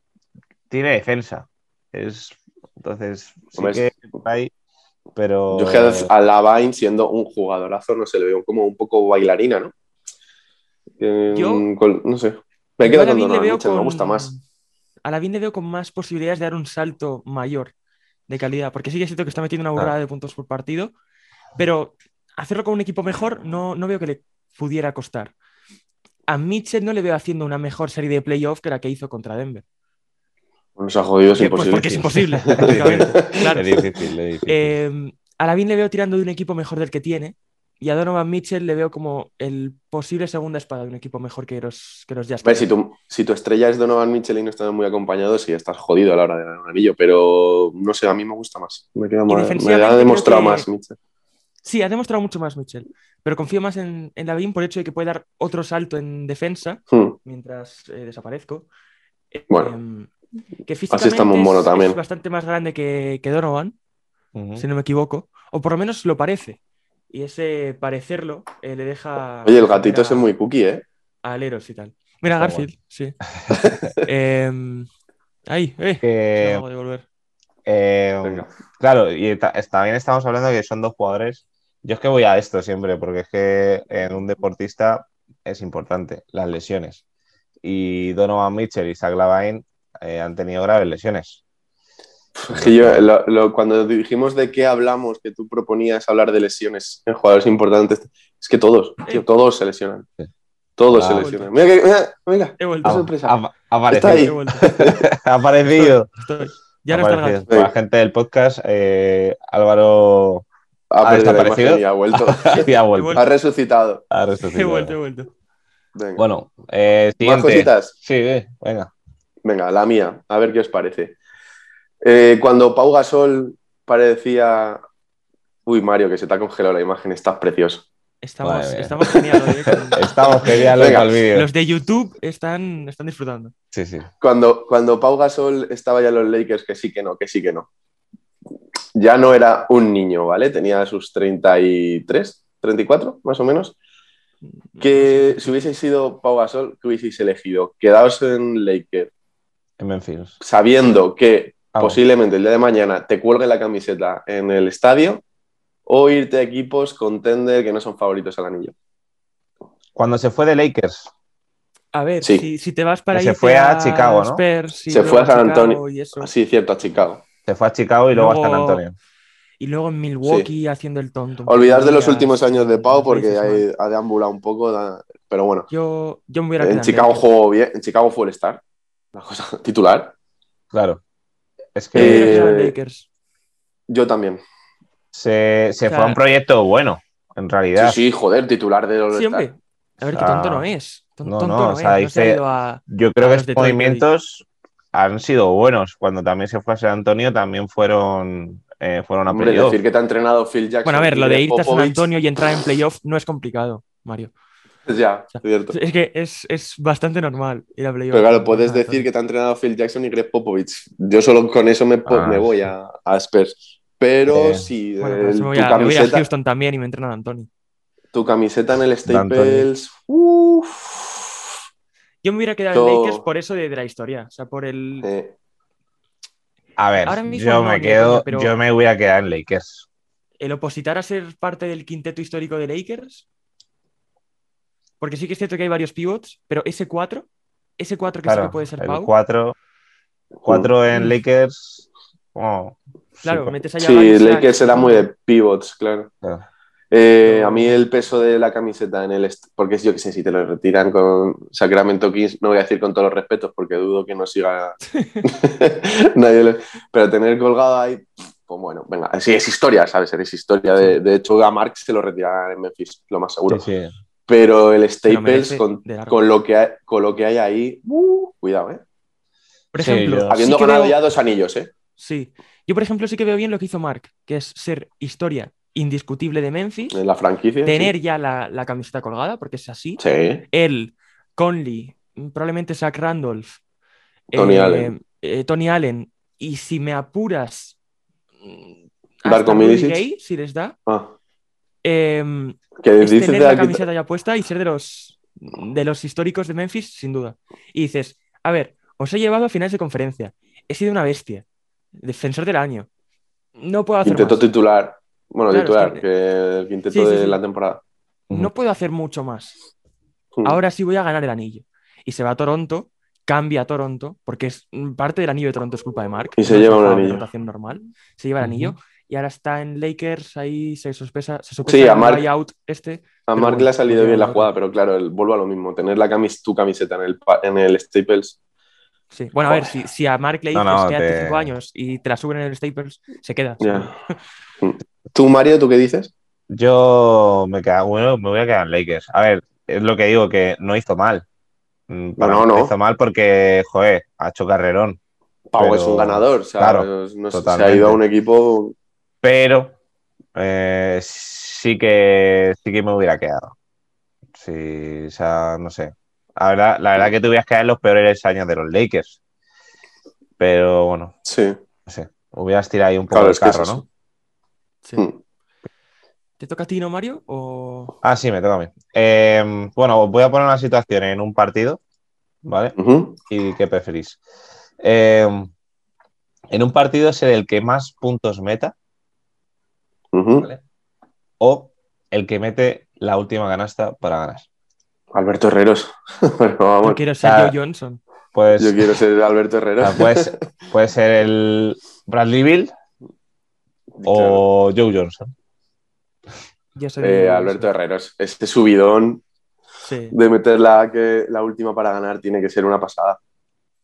Speaker 2: tiene defensa. Es, entonces, sí
Speaker 3: Hombre,
Speaker 2: que hay, pero...
Speaker 3: yo que
Speaker 2: [laughs]
Speaker 3: a Lavine siendo un jugadorazo, no se le veo como un poco bailarina, ¿no? Eh,
Speaker 4: Yo-
Speaker 3: con- no sé. Me
Speaker 4: Yo
Speaker 3: quedo
Speaker 4: a
Speaker 3: con
Speaker 4: Lavin le
Speaker 3: Donovan
Speaker 4: veo
Speaker 3: Mitchell, me
Speaker 4: con-
Speaker 3: gusta más.
Speaker 4: A Lavin le veo con más posibilidades de dar un salto mayor de calidad, porque sí que es cierto que está metiendo una burrada de puntos por partido, pero hacerlo con un equipo mejor no, no veo que le pudiera costar. A Mitchell no le veo haciendo una mejor serie de playoff que la que hizo contra Denver.
Speaker 3: Nos ha jodido, es
Speaker 4: Que- pues
Speaker 3: imposible.
Speaker 4: porque es imposible,
Speaker 3: [laughs]
Speaker 4: prácticamente. Claro.
Speaker 2: Es difícil, es difícil.
Speaker 4: Eh, a Lavin le veo tirando de un equipo mejor del que tiene y a Donovan Mitchell le veo como el posible segunda espada de un equipo mejor que los, que los Jazz.
Speaker 3: A ver, si tu, si tu estrella es Donovan Mitchell y no estás muy acompañado, sí, estás jodido a la hora de ganar un anillo, pero no sé, a mí me gusta más. Me, queda más- me
Speaker 4: defensivamente
Speaker 3: ha
Speaker 4: creo
Speaker 3: demostrado
Speaker 4: que-
Speaker 3: más Mitchell.
Speaker 4: Sí, ha demostrado mucho más Mitchell, pero confío más en, en Lavin por el hecho de que puede dar otro salto en defensa
Speaker 3: Hmm,
Speaker 4: mientras eh, desaparezco. Eh,
Speaker 3: Bueno.
Speaker 4: em, que físicamente
Speaker 3: está muy mono
Speaker 4: es-
Speaker 3: también.
Speaker 4: es bastante más grande que, que Donovan,
Speaker 2: Ujú.
Speaker 4: si no me equivoco, o por lo menos lo parece. Y ese parecerlo eh, le deja.
Speaker 3: Oye, el gatito
Speaker 4: a-
Speaker 3: ese es muy cookie, ¿eh?
Speaker 4: Aleros y tal. Mira,
Speaker 2: Está
Speaker 4: Garfield, sí. Em, ahí, eh. se me
Speaker 2: Que,
Speaker 4: acaba de volver.
Speaker 2: eh,
Speaker 3: Venga.
Speaker 2: claro, y ta- es- también estamos hablando que son dos jugadores. Yo es que voy a esto siempre, porque es que en un deportista es importante las lesiones. Y Donovan Mitchell y Zach Lavine eh, han tenido graves lesiones.
Speaker 3: Es que yo, lo- lo- cuando dijimos de qué hablamos, que tú proponías hablar de lesiones en jugadores importantes, es que todos,
Speaker 4: Eh.
Speaker 3: tío, todos se lesionan.
Speaker 2: Sí.
Speaker 3: Todos
Speaker 2: Ah.
Speaker 3: se lesionan. Mira, que- mira, mira.
Speaker 4: He vuelto.
Speaker 3: Ah,
Speaker 2: Ha-
Speaker 3: sorpresa.
Speaker 2: ha- ha aparecido.
Speaker 3: Está ahí.
Speaker 4: He vuelto.
Speaker 2: [laughs] Ha aparecido.
Speaker 4: Estoy. [laughs]
Speaker 2: [laughs]
Speaker 4: Ya no está el
Speaker 2: Aparecido.
Speaker 4: gato.
Speaker 2: Para la gente del podcast, eh,
Speaker 4: [laughs]
Speaker 2: Álvaro
Speaker 3: Ha
Speaker 2: ¿Ha
Speaker 3: perdido la
Speaker 2: desaparecido?
Speaker 3: imagen y
Speaker 2: [laughs]
Speaker 3: ha vuelto.
Speaker 2: y ha vuelto.
Speaker 4: vuelto.
Speaker 3: ha resucitado.
Speaker 2: Ha resucitado.
Speaker 4: He vuelto, he vuelto.
Speaker 3: Venga.
Speaker 2: Bueno, eh,
Speaker 3: Más
Speaker 2: siguiente.
Speaker 3: cositas.
Speaker 2: Sí, eh, venga.
Speaker 3: Venga, la mía, a ver qué os parece. Eh, cuando Pau Gasol parecía. Uy, Mario, que se te ha congelado la imagen, estás precioso.
Speaker 4: Estamos,
Speaker 2: Madre mía.
Speaker 4: estamos genial
Speaker 3: [laughs]
Speaker 4: hoy, eh, con-
Speaker 2: Estamos geniales
Speaker 3: Venga,
Speaker 2: para el vídeo.
Speaker 4: Los de YouTube están, están disfrutando.
Speaker 2: Sí, sí.
Speaker 3: Cuando, cuando Pau Gasol estaba ya en los Lakers, que sí, que no, que sí, que no. Ya no era un niño, ¿vale? Tenía sus 33, 34, más o menos. Que si hubieseis sido Pau Gasol, ¿qué hubieseis elegido? Quedaos en Lakers,
Speaker 2: en
Speaker 3: Pues
Speaker 2: Memphis.
Speaker 3: sabiendo que
Speaker 2: Ah,
Speaker 3: posiblemente el día de mañana te cuelgue la camiseta en el estadio o irte a equipos contender que no son favoritos al anillo.
Speaker 2: Cuando se fue de Lakers,
Speaker 4: A ver,
Speaker 3: Sí.
Speaker 4: si, si te vas para
Speaker 2: Que se
Speaker 4: irte
Speaker 2: fue a Chicago, ¿no?
Speaker 4: Spurs y
Speaker 3: Se
Speaker 4: luego
Speaker 3: fue a San
Speaker 4: Chicago
Speaker 3: Antonio.
Speaker 4: Y, eso.
Speaker 3: Sí, cierto, a Chicago.
Speaker 2: se fue a Chicago y luego, a San
Speaker 4: Luego-
Speaker 2: Antonio.
Speaker 4: y luego en Milwaukee haciendo el tonto.
Speaker 3: Olvidaos de los
Speaker 4: Días,
Speaker 3: últimos años de Pau porque
Speaker 4: veces más.
Speaker 3: ahí ha deambulado un poco, da- pero bueno.
Speaker 4: Yo, yo me hubiera
Speaker 3: En
Speaker 4: quedado
Speaker 3: Chicago
Speaker 4: Lakers.
Speaker 3: jugó bien, en Chicago fue el star, la cosa [laughs] titular.
Speaker 2: Claro. Es
Speaker 4: Yo me hubiera
Speaker 2: que
Speaker 3: Eh,
Speaker 4: quedado en Lakers.
Speaker 3: Yo también.
Speaker 2: se, se
Speaker 4: o sea-
Speaker 2: fue a un proyecto bueno, en
Speaker 3: Sí,
Speaker 2: realidad.
Speaker 3: sí, joder, titular de los
Speaker 4: Siempre. A ver, qué
Speaker 2: o sea,
Speaker 4: tonto no es. Ton-
Speaker 2: no,
Speaker 4: Tonto
Speaker 2: no,
Speaker 4: no,
Speaker 2: o sea,
Speaker 4: es. No se ha
Speaker 2: dice-
Speaker 4: ido a...
Speaker 2: Yo creo
Speaker 4: A
Speaker 2: que
Speaker 4: los
Speaker 2: esos
Speaker 4: Detroit
Speaker 2: movimientos han sido buenos. Cuando también se fue a San Antonio, también fueron, eh, fueron a
Speaker 3: Hombre,
Speaker 2: playoff.
Speaker 3: decir que te ha entrenado Phil Jackson.
Speaker 4: Bueno, a ver,
Speaker 3: y
Speaker 4: lo de
Speaker 3: Greg
Speaker 4: irte a San
Speaker 3: Popovich,
Speaker 4: Antonio y entrar en playoff no es complicado, Mario.
Speaker 3: [laughs] Ya, cierto.
Speaker 4: Es que es, es bastante normal ir a playoff.
Speaker 3: Pero claro, puedes decir que te ha entrenado Phil Jackson y Greg Popovich. Yo solo con eso me, po-
Speaker 2: Ah,
Speaker 3: me voy
Speaker 2: sí.
Speaker 3: a, a Spurs. Pero
Speaker 2: Eh,
Speaker 3: sí,
Speaker 4: Bueno,
Speaker 3: eh,
Speaker 4: pero si
Speaker 3: tu,
Speaker 4: me voy, a, me voy a
Speaker 3: camiseta,
Speaker 4: Houston también y me entrenan a Anthony.
Speaker 3: tu camiseta en el
Speaker 2: D'Antoni.
Speaker 3: Staples. uff,
Speaker 4: Yo me hubiera quedado en
Speaker 3: Yo-
Speaker 4: Lakers por eso de, de la historia. O sea, por el.
Speaker 3: eh,
Speaker 2: A ver,
Speaker 4: Ahora mismo
Speaker 2: yo
Speaker 4: no,
Speaker 2: me
Speaker 4: ni
Speaker 2: quedo,
Speaker 4: coña, pero-
Speaker 2: yo me voy a quedar en Lakers.
Speaker 4: el opositar a ser parte del quinteto histórico de Lakers. Porque sí que es cierto que hay varios pivots, pero ese 4, ese 4 que sí
Speaker 2: Claro,
Speaker 4: que puede ser
Speaker 2: el
Speaker 4: Pau,
Speaker 2: 4 en
Speaker 4: Mm.
Speaker 2: Lakers. oh,
Speaker 4: claro,
Speaker 2: sí,
Speaker 4: metes allá
Speaker 3: sí,
Speaker 4: varios
Speaker 3: Lakers
Speaker 4: cracks.
Speaker 3: era muy de pivots, claro.
Speaker 2: claro.
Speaker 3: Eh, a mí el peso de la camiseta en el. est- Porque yo qué sé, si te lo retiran con Sacramento Kings, no voy a decir con todos los respetos porque dudo que no
Speaker 4: [laughs]
Speaker 3: siga [laughs] nadie. le- Pero tener colgado ahí, pues bueno, venga, sí, es historia, ¿sabes? Es historia. De, de hecho, a Marx se lo retirarán en Memphis, lo más seguro.
Speaker 2: Sí, sí.
Speaker 3: Pero el
Speaker 4: Pero
Speaker 3: Staples,
Speaker 4: merece
Speaker 3: con,
Speaker 4: de largo.
Speaker 3: con lo que hay, con lo que hay ahí, uh, cuidado, ¿eh?
Speaker 4: Por
Speaker 2: Sí,
Speaker 4: ejemplo,
Speaker 2: yo-
Speaker 4: sí
Speaker 3: Habiendo
Speaker 4: que
Speaker 3: ganado
Speaker 4: veo-
Speaker 3: ya dos anillos, ¿eh?
Speaker 4: sí. Yo, por ejemplo, sí que veo bien lo que hizo Mark, que es ser historia indiscutible de Memphis,
Speaker 3: En la franquicia.
Speaker 4: tener ya la, la camiseta colgada, porque es así.
Speaker 3: Sí. Sí.
Speaker 4: Él, Conley, mm, probablemente Zach Randolph,
Speaker 3: Tony Allen.
Speaker 4: eh, Tony Allen, y si me apuras, mm,
Speaker 3: Darko
Speaker 4: hasta Rudy
Speaker 3: Milicic.
Speaker 4: Gay, si les da,
Speaker 3: Ah,
Speaker 4: eh,
Speaker 3: que
Speaker 4: es
Speaker 3: dices
Speaker 4: tener
Speaker 3: de
Speaker 4: la
Speaker 3: aquí-
Speaker 4: camiseta ya puesta y ser de los, de los históricos de Memphis, sin duda. Y dices, a ver, os he llevado a finales de conferencia, he sido una bestia, defensor del año, no puedo hacer
Speaker 3: Quinteto
Speaker 4: más.
Speaker 3: titular. Bueno,
Speaker 4: Claro,
Speaker 3: titular,
Speaker 4: es que-
Speaker 3: que el quinteto
Speaker 4: Sí, sí,
Speaker 3: de
Speaker 4: sí.
Speaker 3: la temporada.
Speaker 4: no puedo hacer mucho más.
Speaker 3: Mm.
Speaker 4: Ahora sí voy a ganar el anillo. Y se va a Toronto, cambia a Toronto, porque es mm, parte del anillo de Toronto es culpa de Mark.
Speaker 3: Y se
Speaker 4: No es
Speaker 3: lleva
Speaker 4: una
Speaker 3: un
Speaker 4: jugada de
Speaker 3: anillo.
Speaker 4: rotación normal. Se lleva el
Speaker 2: Ujú.
Speaker 4: anillo. Y ahora está en Lakers, ahí se sospesa, se
Speaker 3: Sí,
Speaker 4: sospecha
Speaker 3: a
Speaker 4: el
Speaker 3: Mark-
Speaker 4: buyout este.
Speaker 3: A
Speaker 4: Pero
Speaker 3: Mark
Speaker 4: bueno,
Speaker 3: le ha salido
Speaker 4: no
Speaker 3: bien la
Speaker 4: lleva
Speaker 3: jugada, pero claro, el, vuelvo a lo mismo. Tener la camis, tu camiseta en el, pa- en el Staples.
Speaker 4: Sí. Bueno, a ver, si, si a Mark le
Speaker 2: No,
Speaker 4: dices
Speaker 2: no,
Speaker 4: quédate
Speaker 2: te-
Speaker 4: cinco años y te la suben en el Staples, se queda.
Speaker 3: [laughs] Ya. Mm. ¿Tú, Mario, tú qué dices?
Speaker 2: Yo me queda- bueno, me voy a quedar en Lakers. A ver, es lo que digo, que no hizo mal. Mm, Para
Speaker 3: No,
Speaker 2: mí
Speaker 3: no, no.
Speaker 2: hizo mal porque, joder, ha hecho carrerón.
Speaker 3: Pau
Speaker 2: Pero-
Speaker 3: es un ganador, o sea,
Speaker 2: claro,
Speaker 3: no sé, se ha
Speaker 2: totalmente.
Speaker 3: ido a un equipo.
Speaker 2: Pero eh, sí que sí que me hubiera quedado. Sí, o sea, no sé. La verdad, la verdad que te hubieras quedado en los peores años de los Lakers. Pero bueno,
Speaker 3: Sí,
Speaker 2: no sé. Hubieras tirado ahí un poco
Speaker 3: claro,
Speaker 2: el
Speaker 3: es que
Speaker 2: carro,
Speaker 3: es
Speaker 2: ¿no?
Speaker 3: eso.
Speaker 4: Sí.
Speaker 3: Mm.
Speaker 4: ¿Te toca a ti, no, Mario? O...
Speaker 2: Ah, sí, me toca a mí. Eh, bueno, os voy a poner una situación en un partido, ¿vale?
Speaker 3: Ujú.
Speaker 2: ¿Y qué preferís? Eh, en un partido ser el que más puntos meta
Speaker 3: Ujú.
Speaker 2: Vale. o el que mete la última canasta para ganar.
Speaker 3: Alberto Herreros. [laughs] Bueno, vamos,
Speaker 4: Yo quiero ser
Speaker 2: ah,
Speaker 4: Joe Johnson.
Speaker 2: Pues
Speaker 3: yo quiero ser Alberto
Speaker 2: O
Speaker 3: Herreros.
Speaker 2: sea, puede ser- puede ser el Bradley Bill
Speaker 3: [laughs] Claro.
Speaker 2: o Joe Johnson.
Speaker 4: Yo soy
Speaker 3: Eh,
Speaker 4: Joe
Speaker 3: Alberto Herreros. Este subidón
Speaker 4: Johnson. Sí.
Speaker 3: de meter la, que, la última para ganar tiene que ser una pasada.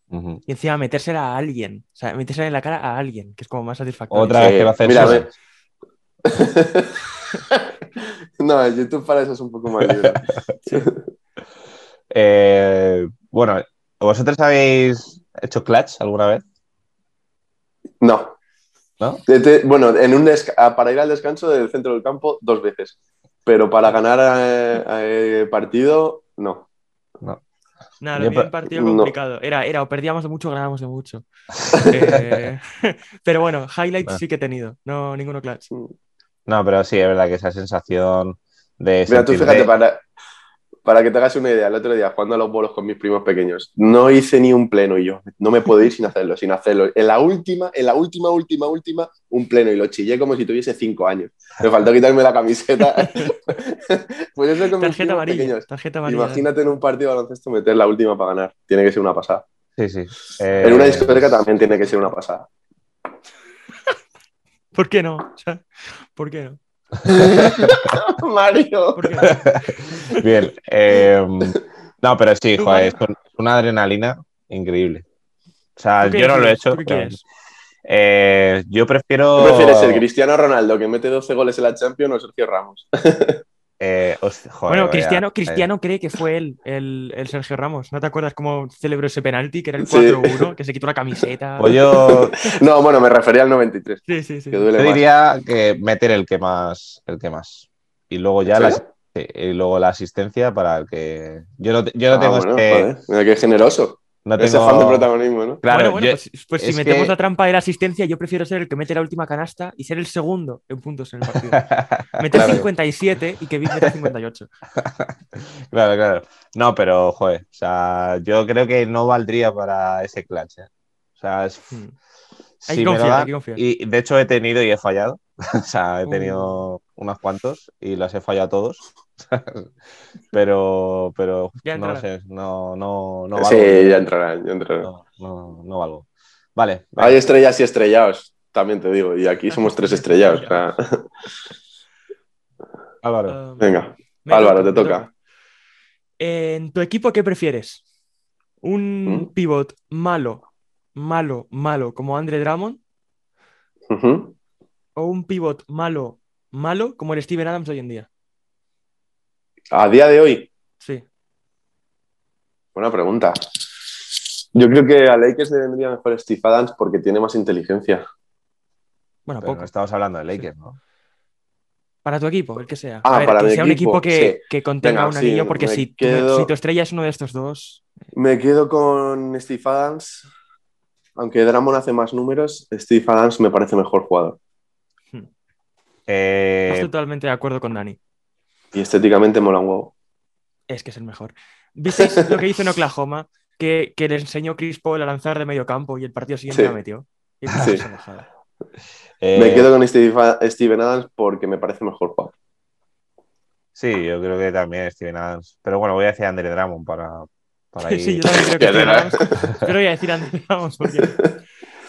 Speaker 4: Y encima metérsela a alguien. O sea, metérsela en la cara a alguien, que es como más satisfactorio.
Speaker 2: Otra
Speaker 3: Sí.
Speaker 2: vez que lo haces.
Speaker 3: Eh, Mira, a ver. [laughs] no, el YouTube para eso es un poco más libre.
Speaker 2: Eh, bueno, ¿vosotros habéis hecho clutch alguna vez?
Speaker 3: No.
Speaker 2: ¿No?
Speaker 3: Te- te- bueno, en un desca- ah, para ir al descanso del centro del campo, dos veces. Pero para ganar eh, eh, partido, no.
Speaker 4: Nada, lo
Speaker 2: Yo
Speaker 4: vi en
Speaker 2: pa-
Speaker 4: partido
Speaker 3: no.
Speaker 4: complicado. Era, era, o perdíamos de mucho o ganábamos de mucho. Eh, [laughs] pero bueno, highlights
Speaker 2: Va.
Speaker 4: sí que he tenido. No, ninguno clutch.
Speaker 2: No, pero sí, es verdad que esa sensación de
Speaker 3: Mira, tú
Speaker 2: sentirte-
Speaker 3: fíjate, para, Para que te hagas una idea, el otro día jugando a los bolos con mis primos pequeños, no hice ni un pleno y yo, no me puedo ir sin hacerlo, sin hacerlo. En la última, en la última, última, última, un pleno y lo chillé como si tuviese cinco años. Me faltó quitarme la camiseta. [laughs] pues eso con mis
Speaker 4: Tarjeta
Speaker 3: primos
Speaker 4: amarilla.
Speaker 3: pequeños.
Speaker 4: Tarjeta amarilla.
Speaker 3: Imagínate en un partido de baloncesto meter la última para ganar. Tiene que ser una pasada.
Speaker 2: Sí, sí.
Speaker 3: En una
Speaker 2: Eh,
Speaker 3: discoteca también tiene que ser una
Speaker 2: [laughs]
Speaker 3: pasada.
Speaker 4: ¿Por qué no? O sea, ¿Por qué no?
Speaker 2: [laughs]
Speaker 3: Mario.
Speaker 4: ¿Por qué no?
Speaker 2: Bien. eh, no, pero sí,
Speaker 4: Tú,
Speaker 2: joder,
Speaker 4: Mario.
Speaker 2: es un- es una adrenalina increíble. O sea,
Speaker 4: ¿Tú qué
Speaker 2: yo no lo he
Speaker 4: prefieres?
Speaker 2: hecho.
Speaker 4: ¿Tú qué
Speaker 2: pero-
Speaker 4: quieres?
Speaker 2: Eh, yo prefiero.
Speaker 3: ¿Tú prefieres ser Cristiano Ronaldo que mete 12 goles en la Champions o Sergio Ramos? [laughs]
Speaker 2: Eh, hostia, joder,
Speaker 4: Bueno,
Speaker 2: vaya- eh,
Speaker 4: Cristiano,
Speaker 2: vaya-
Speaker 4: Cristiano cree que fue él, el, el Sergio Ramos. ¿No te acuerdas cómo celebró ese penalti? Que era el
Speaker 3: Sí.
Speaker 4: 4-1, que se quitó
Speaker 2: [laughs]
Speaker 4: la camiseta.
Speaker 2: Pues
Speaker 3: [laughs]
Speaker 2: yo,
Speaker 3: No, bueno, me refería al 93,
Speaker 4: Sí, sí, sí.
Speaker 3: que duele
Speaker 2: yo
Speaker 3: más.
Speaker 2: diría que meter el que más. El que más. Y luego ya
Speaker 3: ¿En
Speaker 2: la,
Speaker 3: serio?
Speaker 2: sí, y luego la asistencia para el que. Yo no, te- yo no
Speaker 3: Ah,
Speaker 2: tengo.
Speaker 3: bueno,
Speaker 2: este-
Speaker 3: joder, mira qué generoso.
Speaker 2: no
Speaker 3: Ese
Speaker 2: tengo-
Speaker 3: fan de protagonismo, ¿no?
Speaker 2: Claro,
Speaker 4: bueno, bueno,
Speaker 2: yo-
Speaker 4: pues, pues si
Speaker 2: es
Speaker 4: metemos
Speaker 2: que-
Speaker 4: la trampa de la asistencia, yo prefiero ser el que mete la última canasta y ser el segundo en puntos en el partido.
Speaker 2: [laughs]
Speaker 4: Meter
Speaker 2: Claro.
Speaker 4: 57 y que Vic meta
Speaker 3: [laughs]
Speaker 4: 58.
Speaker 2: Claro, claro. No, pero, joder, o sea, yo creo que no valdría para ese clutch. ¿eh? O sea, es-
Speaker 4: Hmm.
Speaker 2: si
Speaker 4: Hay que
Speaker 2: me lo
Speaker 4: confiar,
Speaker 2: dan-
Speaker 4: hay que confiar.
Speaker 2: y de hecho he tenido y he fallado. [laughs] O sea, he
Speaker 4: Uh.
Speaker 2: tenido unos cuantos y los he fallado todos. [laughs] pero, pero
Speaker 4: Ya
Speaker 2: no
Speaker 4: entrará.
Speaker 2: sé, no, no, no
Speaker 3: sí,
Speaker 2: valgo.
Speaker 3: ya entrarán, ya entrarán.
Speaker 2: No, no, no valgo. Vale,
Speaker 3: Hay
Speaker 2: venga.
Speaker 3: estrellas y estrellados, también te digo, y aquí somos tres estrellados. o sea, [laughs]
Speaker 2: Álvaro.
Speaker 4: Um,
Speaker 3: Venga,
Speaker 4: me
Speaker 3: Álvaro, te toca.
Speaker 4: En tu equipo, ¿qué prefieres? ¿Un
Speaker 3: ¿Mm?
Speaker 4: pivot malo, malo, malo como Andre Drummond?
Speaker 3: Ujú.
Speaker 4: ¿O un pivot malo, malo como el Steven Adams hoy en día?
Speaker 3: A día de hoy,
Speaker 4: Sí.
Speaker 3: buena pregunta. Yo creo que a Lakers le vendría mejor Steve Adams porque tiene más inteligencia.
Speaker 4: Bueno,
Speaker 2: Pero
Speaker 4: poco.
Speaker 2: no estamos hablando de Lakers, ¿no?
Speaker 4: Para tu equipo, el que sea.
Speaker 3: Ah,
Speaker 4: a ver,
Speaker 3: para
Speaker 4: que
Speaker 3: mi
Speaker 4: sea un equipo
Speaker 3: equipo,
Speaker 4: que,
Speaker 3: sí.
Speaker 4: que contenga
Speaker 3: Venga,
Speaker 4: un
Speaker 3: sí,
Speaker 4: anillo, porque
Speaker 3: me
Speaker 4: si, tu-
Speaker 3: quedo-
Speaker 4: si tu estrella es uno de estos dos,
Speaker 3: Me quedo con Steve Adams. Aunque Drummond hace más números, Steve Adams me parece mejor jugador.
Speaker 2: Eh,
Speaker 4: estoy totalmente de acuerdo con Dani.
Speaker 3: Y estéticamente mola un huevo.
Speaker 4: Es que es el mejor.
Speaker 3: [laughs]
Speaker 4: ¿Visteis lo que hizo en Oklahoma? Que, que le enseñó Chris Paul a lanzar de medio campo y el partido siguiente
Speaker 3: Sí.
Speaker 4: la metió. Y
Speaker 3: Sí.
Speaker 4: es una bajada.
Speaker 2: eh,
Speaker 3: Me quedo con Steve, Steven Adams porque me parece mejor jugador.
Speaker 2: Sí, yo creo que también Steven Adams. Pero bueno, voy a decir Andre Drummond para, para ir.
Speaker 4: [laughs] Sí, yo también creo que
Speaker 3: [laughs] Ya
Speaker 4: Steven
Speaker 3: verás.
Speaker 4: Adams- Yo lo voy a decir antes. [laughs] Vamos,
Speaker 3: [laughs]
Speaker 4: porque...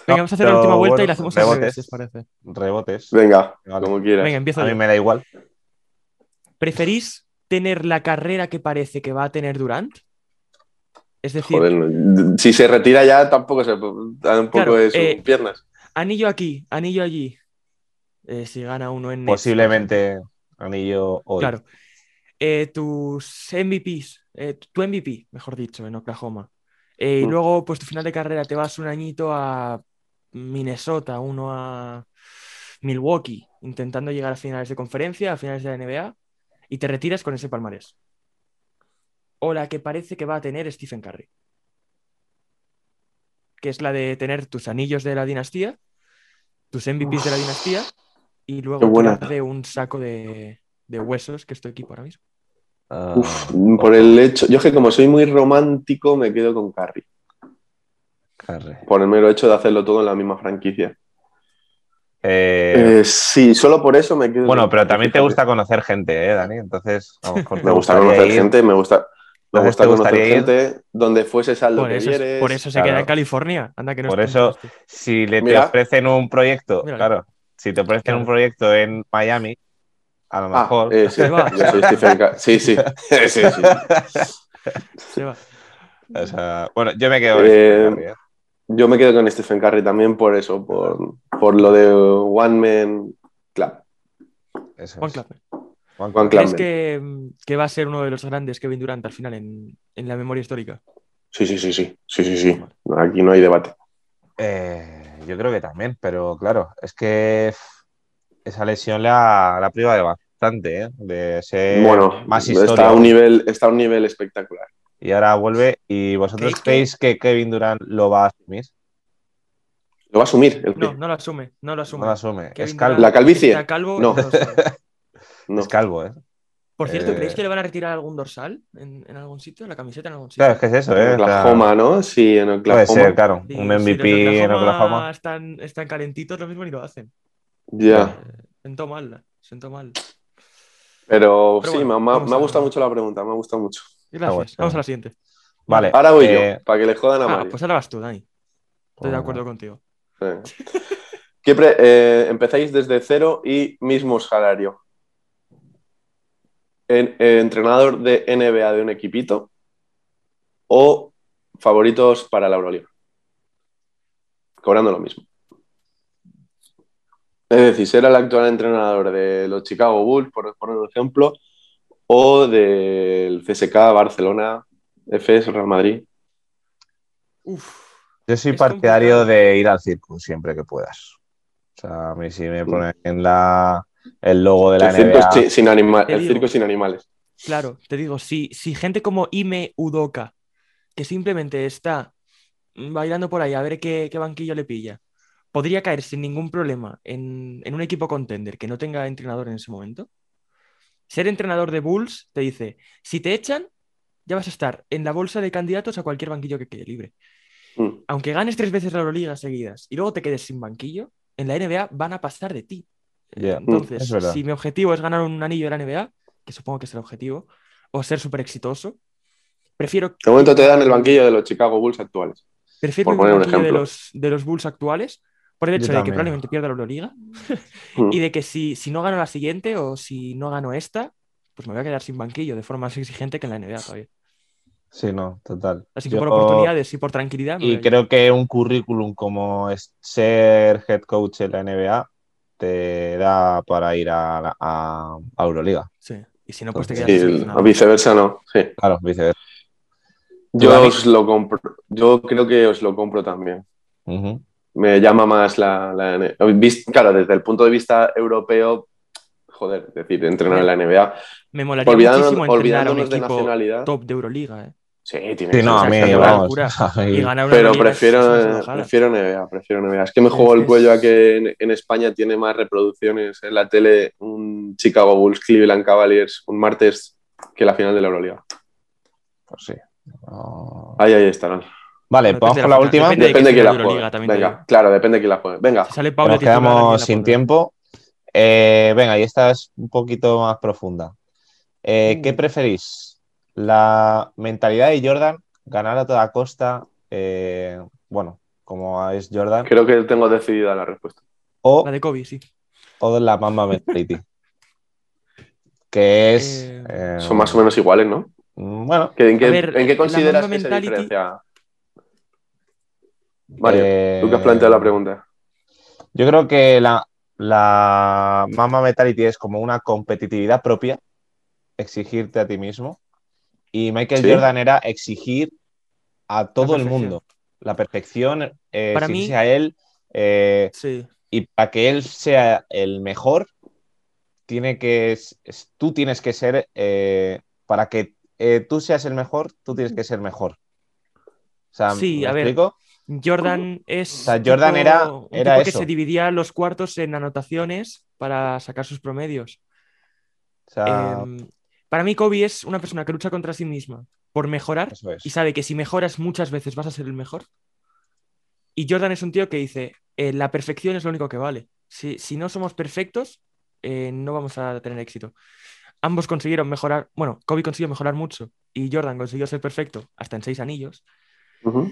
Speaker 4: Venga, vamos a hacer
Speaker 2: pero
Speaker 4: la última vuelta y
Speaker 2: bueno,
Speaker 4: la hacemos al
Speaker 2: rebotes.
Speaker 4: revés, si os parece.
Speaker 2: Rebotes.
Speaker 3: Venga,
Speaker 2: Vale.
Speaker 3: como quieras.
Speaker 2: A
Speaker 4: Venga, empiezo
Speaker 2: mí
Speaker 4: yo.
Speaker 2: me da igual.
Speaker 4: ¿Preferís tener la carrera que parece que va a tener Durant? Es decir,
Speaker 3: Joder, no. si se retira ya tampoco se tampoco
Speaker 4: Claro,
Speaker 3: es sus
Speaker 4: eh,
Speaker 3: piernas.
Speaker 4: anillo aquí, anillo allí. Eh, si gana uno en Nets,
Speaker 2: Posiblemente anillo hoy.
Speaker 4: Claro. Eh, tus MVPs, eh, tu MVP, mejor dicho, en Oklahoma. Eh, y
Speaker 3: Mm.
Speaker 4: luego, pues tu final de carrera te vas un añito a Minnesota, uno a Milwaukee, intentando llegar a finales de conferencia, a finales de la NBA, y te retiras con ese palmarés. O la que parece que va a tener Stephen Curry. Que es la de tener tus anillos de la dinastía, tus MVPs de la dinastía, y luego
Speaker 3: Qué buena.
Speaker 4: tirar de un saco de, de huesos, que es tu equipo ahora mismo.
Speaker 2: Ah,
Speaker 3: Uf, por el hecho, yo es que como soy muy romántico me quedo con Carrie,
Speaker 2: Carre.
Speaker 3: por el mero hecho de hacerlo todo en la misma franquicia.
Speaker 2: Eh,
Speaker 3: Eh, sí, solo por eso me quedo.
Speaker 2: bueno,
Speaker 3: con
Speaker 2: pero
Speaker 3: Curry,
Speaker 2: también te
Speaker 3: fíjate.
Speaker 2: gusta conocer gente, ¿eh, Dani? Entonces, a lo mejor te
Speaker 3: [laughs] Me gusta
Speaker 2: gustaría
Speaker 3: conocer
Speaker 2: ir.
Speaker 3: gente, me gusta, me
Speaker 2: Entonces,
Speaker 3: gusta
Speaker 2: ¿te
Speaker 3: conocer
Speaker 2: gustaría ir?
Speaker 3: gente donde fueses al
Speaker 4: Por
Speaker 3: que
Speaker 4: eso, es-
Speaker 3: quieres.
Speaker 4: por eso se
Speaker 2: claro.
Speaker 4: queda en California. Anda que no
Speaker 2: Por
Speaker 4: es
Speaker 2: eso-
Speaker 4: tonto este.
Speaker 2: Si le te
Speaker 3: Mira.
Speaker 2: ofrecen un proyecto,
Speaker 4: Míralo.
Speaker 2: claro, si te ofrecen
Speaker 4: Claro.
Speaker 2: un proyecto en Miami, a lo
Speaker 3: Ah,
Speaker 2: mejor. [laughs]
Speaker 3: eh, sí,
Speaker 4: Ahí va.
Speaker 3: yo soy Stephen Curry. Sí, sí. sí, sí, sí.
Speaker 4: Se va.
Speaker 2: o sea, bueno, yo me quedo con
Speaker 3: Eh,
Speaker 2: Stephen Curry, ¿eh?
Speaker 3: Yo me quedo con Stephen Curry también por eso, por, por lo de One Man Club.
Speaker 2: Eso
Speaker 4: Juan
Speaker 2: es.
Speaker 4: Clapper.
Speaker 2: Juan
Speaker 3: Juan
Speaker 2: Clap.
Speaker 4: ¿Crees
Speaker 3: Clapper.
Speaker 4: que, que va a ser uno de los grandes Kevin Durant al final en, en la memoria histórica?
Speaker 3: Sí, sí, sí, sí, sí, sí, sí. Aquí no hay debate.
Speaker 2: Eh, yo creo que también, pero claro, es que pff, esa lesión la, la priva de bastante, ¿eh? De ser
Speaker 3: bueno,
Speaker 2: más
Speaker 3: está,
Speaker 2: historia.
Speaker 3: a un nivel, está a un nivel espectacular.
Speaker 2: Y ahora vuelve. ¿Y vosotros
Speaker 4: ¿Creéis que-
Speaker 2: creéis que Kevin Durant lo va a asumir?
Speaker 3: Lo va a asumir el
Speaker 4: No,
Speaker 3: no,
Speaker 4: no lo asume, no lo
Speaker 2: No
Speaker 4: asume.
Speaker 2: lo asume.
Speaker 4: Kevin
Speaker 2: es calvo.
Speaker 4: Durant
Speaker 3: La calvicie,
Speaker 4: Está calvo y
Speaker 3: no.
Speaker 4: lo asume.
Speaker 3: no.
Speaker 2: Es calvo, ¿eh?
Speaker 4: Por cierto,
Speaker 2: Eh.
Speaker 4: ¿creéis que le van a retirar algún dorsal en, en algún sitio? ¿La camiseta en algún sitio?
Speaker 2: Claro, es que es eso, ¿eh? O sea,
Speaker 3: Oklahoma, ¿no? Sí, en
Speaker 2: puede
Speaker 3: Oklahoma.
Speaker 2: ser, claro.
Speaker 4: Digo,
Speaker 2: Un
Speaker 4: si los de
Speaker 2: MVP en Oklahoma.
Speaker 4: Están, están calentitos, lo mismo ni lo hacen.
Speaker 2: Ah.
Speaker 3: Ya.
Speaker 4: Eh, Sentó mal, sentó mal.
Speaker 3: Pero,
Speaker 4: Pero
Speaker 3: sí,
Speaker 4: bueno,
Speaker 3: me, ha-
Speaker 4: vamos
Speaker 3: me ha
Speaker 4: a-
Speaker 3: gustado mucho la pregunta, me ha gustado mucho.
Speaker 4: Gracias.
Speaker 2: Ah, bueno.
Speaker 4: Vamos a la siguiente.
Speaker 2: Vale.
Speaker 3: Ahora voy
Speaker 2: eh,
Speaker 3: yo, para que le jodan a
Speaker 4: Ah,
Speaker 3: Mario.
Speaker 4: pues ahora vas tú, Dani. Estoy de acuerdo contigo.
Speaker 3: Venga. ¿Qué pre- eh, empezáis desde cero y mismo salario. En- eh, entrenador de NBA de un equipito o favoritos para la Euroliga. Cobrando lo mismo. Es decir, ser el actual entrenador de los Chicago Bulls, por poner un ejemplo, o del CSK Barcelona, FS Real Madrid.
Speaker 4: Uf.
Speaker 2: Yo soy
Speaker 4: Es
Speaker 2: partidario
Speaker 4: complicado.
Speaker 2: de ir al circo siempre que puedas. O sea, a mí si
Speaker 3: Mm.
Speaker 2: me ponen en la, el logo de la
Speaker 3: El circo,
Speaker 2: NBA.
Speaker 3: sin, sin anima-
Speaker 4: Te
Speaker 3: el
Speaker 4: digo.
Speaker 3: circo sin animales.
Speaker 4: Claro, te digo, si, si gente como Ime Udoka, que simplemente está bailando por ahí a ver qué, qué banquillo le pilla, podría caer sin ningún problema en, en un equipo contender que no tenga entrenador en ese momento. Ser entrenador de Bulls te dice, si te echan, ya vas a estar en la bolsa de candidatos a cualquier banquillo que quede libre.
Speaker 3: Mm.
Speaker 4: Aunque ganes tres veces la Euroliga seguidas y luego te quedes sin banquillo, en la NBA van a pasar de ti. Eh,
Speaker 2: Ya, Mm,
Speaker 4: Entonces,
Speaker 2: es verdad.
Speaker 4: si mi objetivo es ganar un anillo de la NBA, que supongo que es el objetivo, o ser súper exitoso, prefiero,
Speaker 3: De momento te dan el banquillo de los Chicago Bulls actuales.
Speaker 4: prefiero
Speaker 3: por
Speaker 4: irme
Speaker 3: poner
Speaker 4: al
Speaker 3: un
Speaker 4: banquillo de
Speaker 3: ejemplo.
Speaker 4: los, de los Bulls actuales por el
Speaker 2: Yo
Speaker 4: hecho de que
Speaker 2: también.
Speaker 4: probablemente pierda la Euroliga
Speaker 3: Mm.
Speaker 4: y de que si, si no gano la siguiente o si no gano esta, pues me voy a quedar sin banquillo de forma más exigente que en la NBA todavía.
Speaker 2: Sí, no, total.
Speaker 4: Así que
Speaker 2: Yo-
Speaker 4: por oportunidades y por tranquilidad. me voy
Speaker 2: Y
Speaker 4: a-
Speaker 2: creo que un currículum como es ser head coach en la NBA te da para ir a, la- a, a Euroliga.
Speaker 4: Sí. Y si no, pues te
Speaker 2: Sí,
Speaker 4: quedas
Speaker 3: Sí,
Speaker 4: sin
Speaker 3: el-
Speaker 4: entrenador.
Speaker 3: Mm. viceversa no. sí.
Speaker 2: Claro, viceversa.
Speaker 3: Yo os lo compro. Yo creo que os lo compro también.
Speaker 2: Ujú.
Speaker 3: Me llama más la, la N- vis- Claro, desde el punto de vista europeo, joder, es decir, entrenar en la NBA.
Speaker 4: Me molaría muchísimo
Speaker 3: Olvidando,
Speaker 4: entrenar a un
Speaker 3: olvidándonos de
Speaker 4: equipo
Speaker 3: nacionalidad.
Speaker 4: top de Euroliga, ¿eh?
Speaker 3: Sí, tiene
Speaker 2: Sí, no, a
Speaker 3: que ser
Speaker 2: mí,
Speaker 3: exagerado.
Speaker 2: vamos.
Speaker 4: locura.
Speaker 2: a mí-
Speaker 4: Y ganar una
Speaker 3: Pero
Speaker 4: Euroliga es- es una
Speaker 3: prefiero,
Speaker 4: salvajada.
Speaker 3: prefiero NBA, prefiero NBA. Es que me juego el
Speaker 4: Entonces-
Speaker 3: cuello a que en, en España tiene más reproducciones en la tele un Chicago Bulls, Cleveland Cavaliers, un martes que la final de la Euroliga.
Speaker 2: Pues sí. No.
Speaker 3: Ahí, ahí estarán.
Speaker 2: Vale,
Speaker 4: Depende
Speaker 2: pues vamos
Speaker 4: de
Speaker 2: con
Speaker 4: la
Speaker 2: la
Speaker 4: final,
Speaker 2: última.
Speaker 4: Depende de
Speaker 3: Depende de quién
Speaker 4: quién
Speaker 3: la
Speaker 4: juegue la Euroliga,
Speaker 3: juegue.
Speaker 4: también te digo.
Speaker 3: Venga, claro, depende de quién la juegue. Venga,
Speaker 4: Si sale
Speaker 2: Que
Speaker 4: Pablo
Speaker 2: nos
Speaker 4: titular, alguien
Speaker 2: quedamos
Speaker 4: la
Speaker 2: sin
Speaker 4: pone.
Speaker 2: tiempo. Eh, venga, y esta es un poquito más profunda. Eh, ¿Qué
Speaker 4: Uh.
Speaker 2: preferís? ¿La mentalidad de Jordan? ¿Ganar a toda costa? eh, bueno, como es Jordan.
Speaker 3: creo que tengo decidida la respuesta.
Speaker 2: ¿O
Speaker 4: La de Kobe, sí.
Speaker 2: o la Mamba Mentality. Que es.
Speaker 4: Eh,
Speaker 2: eh,
Speaker 3: Son más o menos iguales, ¿no?
Speaker 2: Bueno,
Speaker 3: ¿Que- ¿En qué,
Speaker 4: A ver,
Speaker 3: en qué
Speaker 4: la
Speaker 3: consideras
Speaker 4: Mamba
Speaker 3: que se
Speaker 4: Mentality-
Speaker 3: diferencia? Mario,
Speaker 2: eh,
Speaker 3: tú que has planteado la pregunta.
Speaker 2: Yo creo que la, la Mamba Mentality es como una competitividad propia, exigirte a ti mismo. Y Michael
Speaker 3: Sí.
Speaker 2: Jordan era exigir a todo el
Speaker 4: perfección.
Speaker 2: mundo la perfección, eh,
Speaker 4: Para
Speaker 2: exigirse
Speaker 4: mí-
Speaker 2: a él. eh,
Speaker 4: Sí.
Speaker 2: y para que él sea el mejor, tiene que, es- es- tú tienes que ser, eh, para que eh, tú seas el mejor, tú tienes que ser mejor. O sea,
Speaker 4: Sí,
Speaker 2: ¿me
Speaker 4: a ver.
Speaker 2: explico?
Speaker 4: Jordan es.
Speaker 2: O sea, Jordan era-
Speaker 4: un
Speaker 2: era
Speaker 4: tipo que
Speaker 2: eso.
Speaker 4: se dividía los cuartos en anotaciones para sacar sus promedios.
Speaker 2: O sea,
Speaker 4: Em, para mí, Kobe es una persona que lucha contra sí misma por mejorar
Speaker 2: eso es.
Speaker 4: y sabe que si mejoras muchas veces vas a ser el mejor. Y Jordan es un tío que dice: eh, la perfección es lo único que vale. Si, si no somos perfectos, eh, no vamos a tener éxito. Ambos consiguieron mejorar. Bueno, Kobe consiguió mejorar mucho y Jordan consiguió ser perfecto hasta en seis anillos.
Speaker 3: Ujú.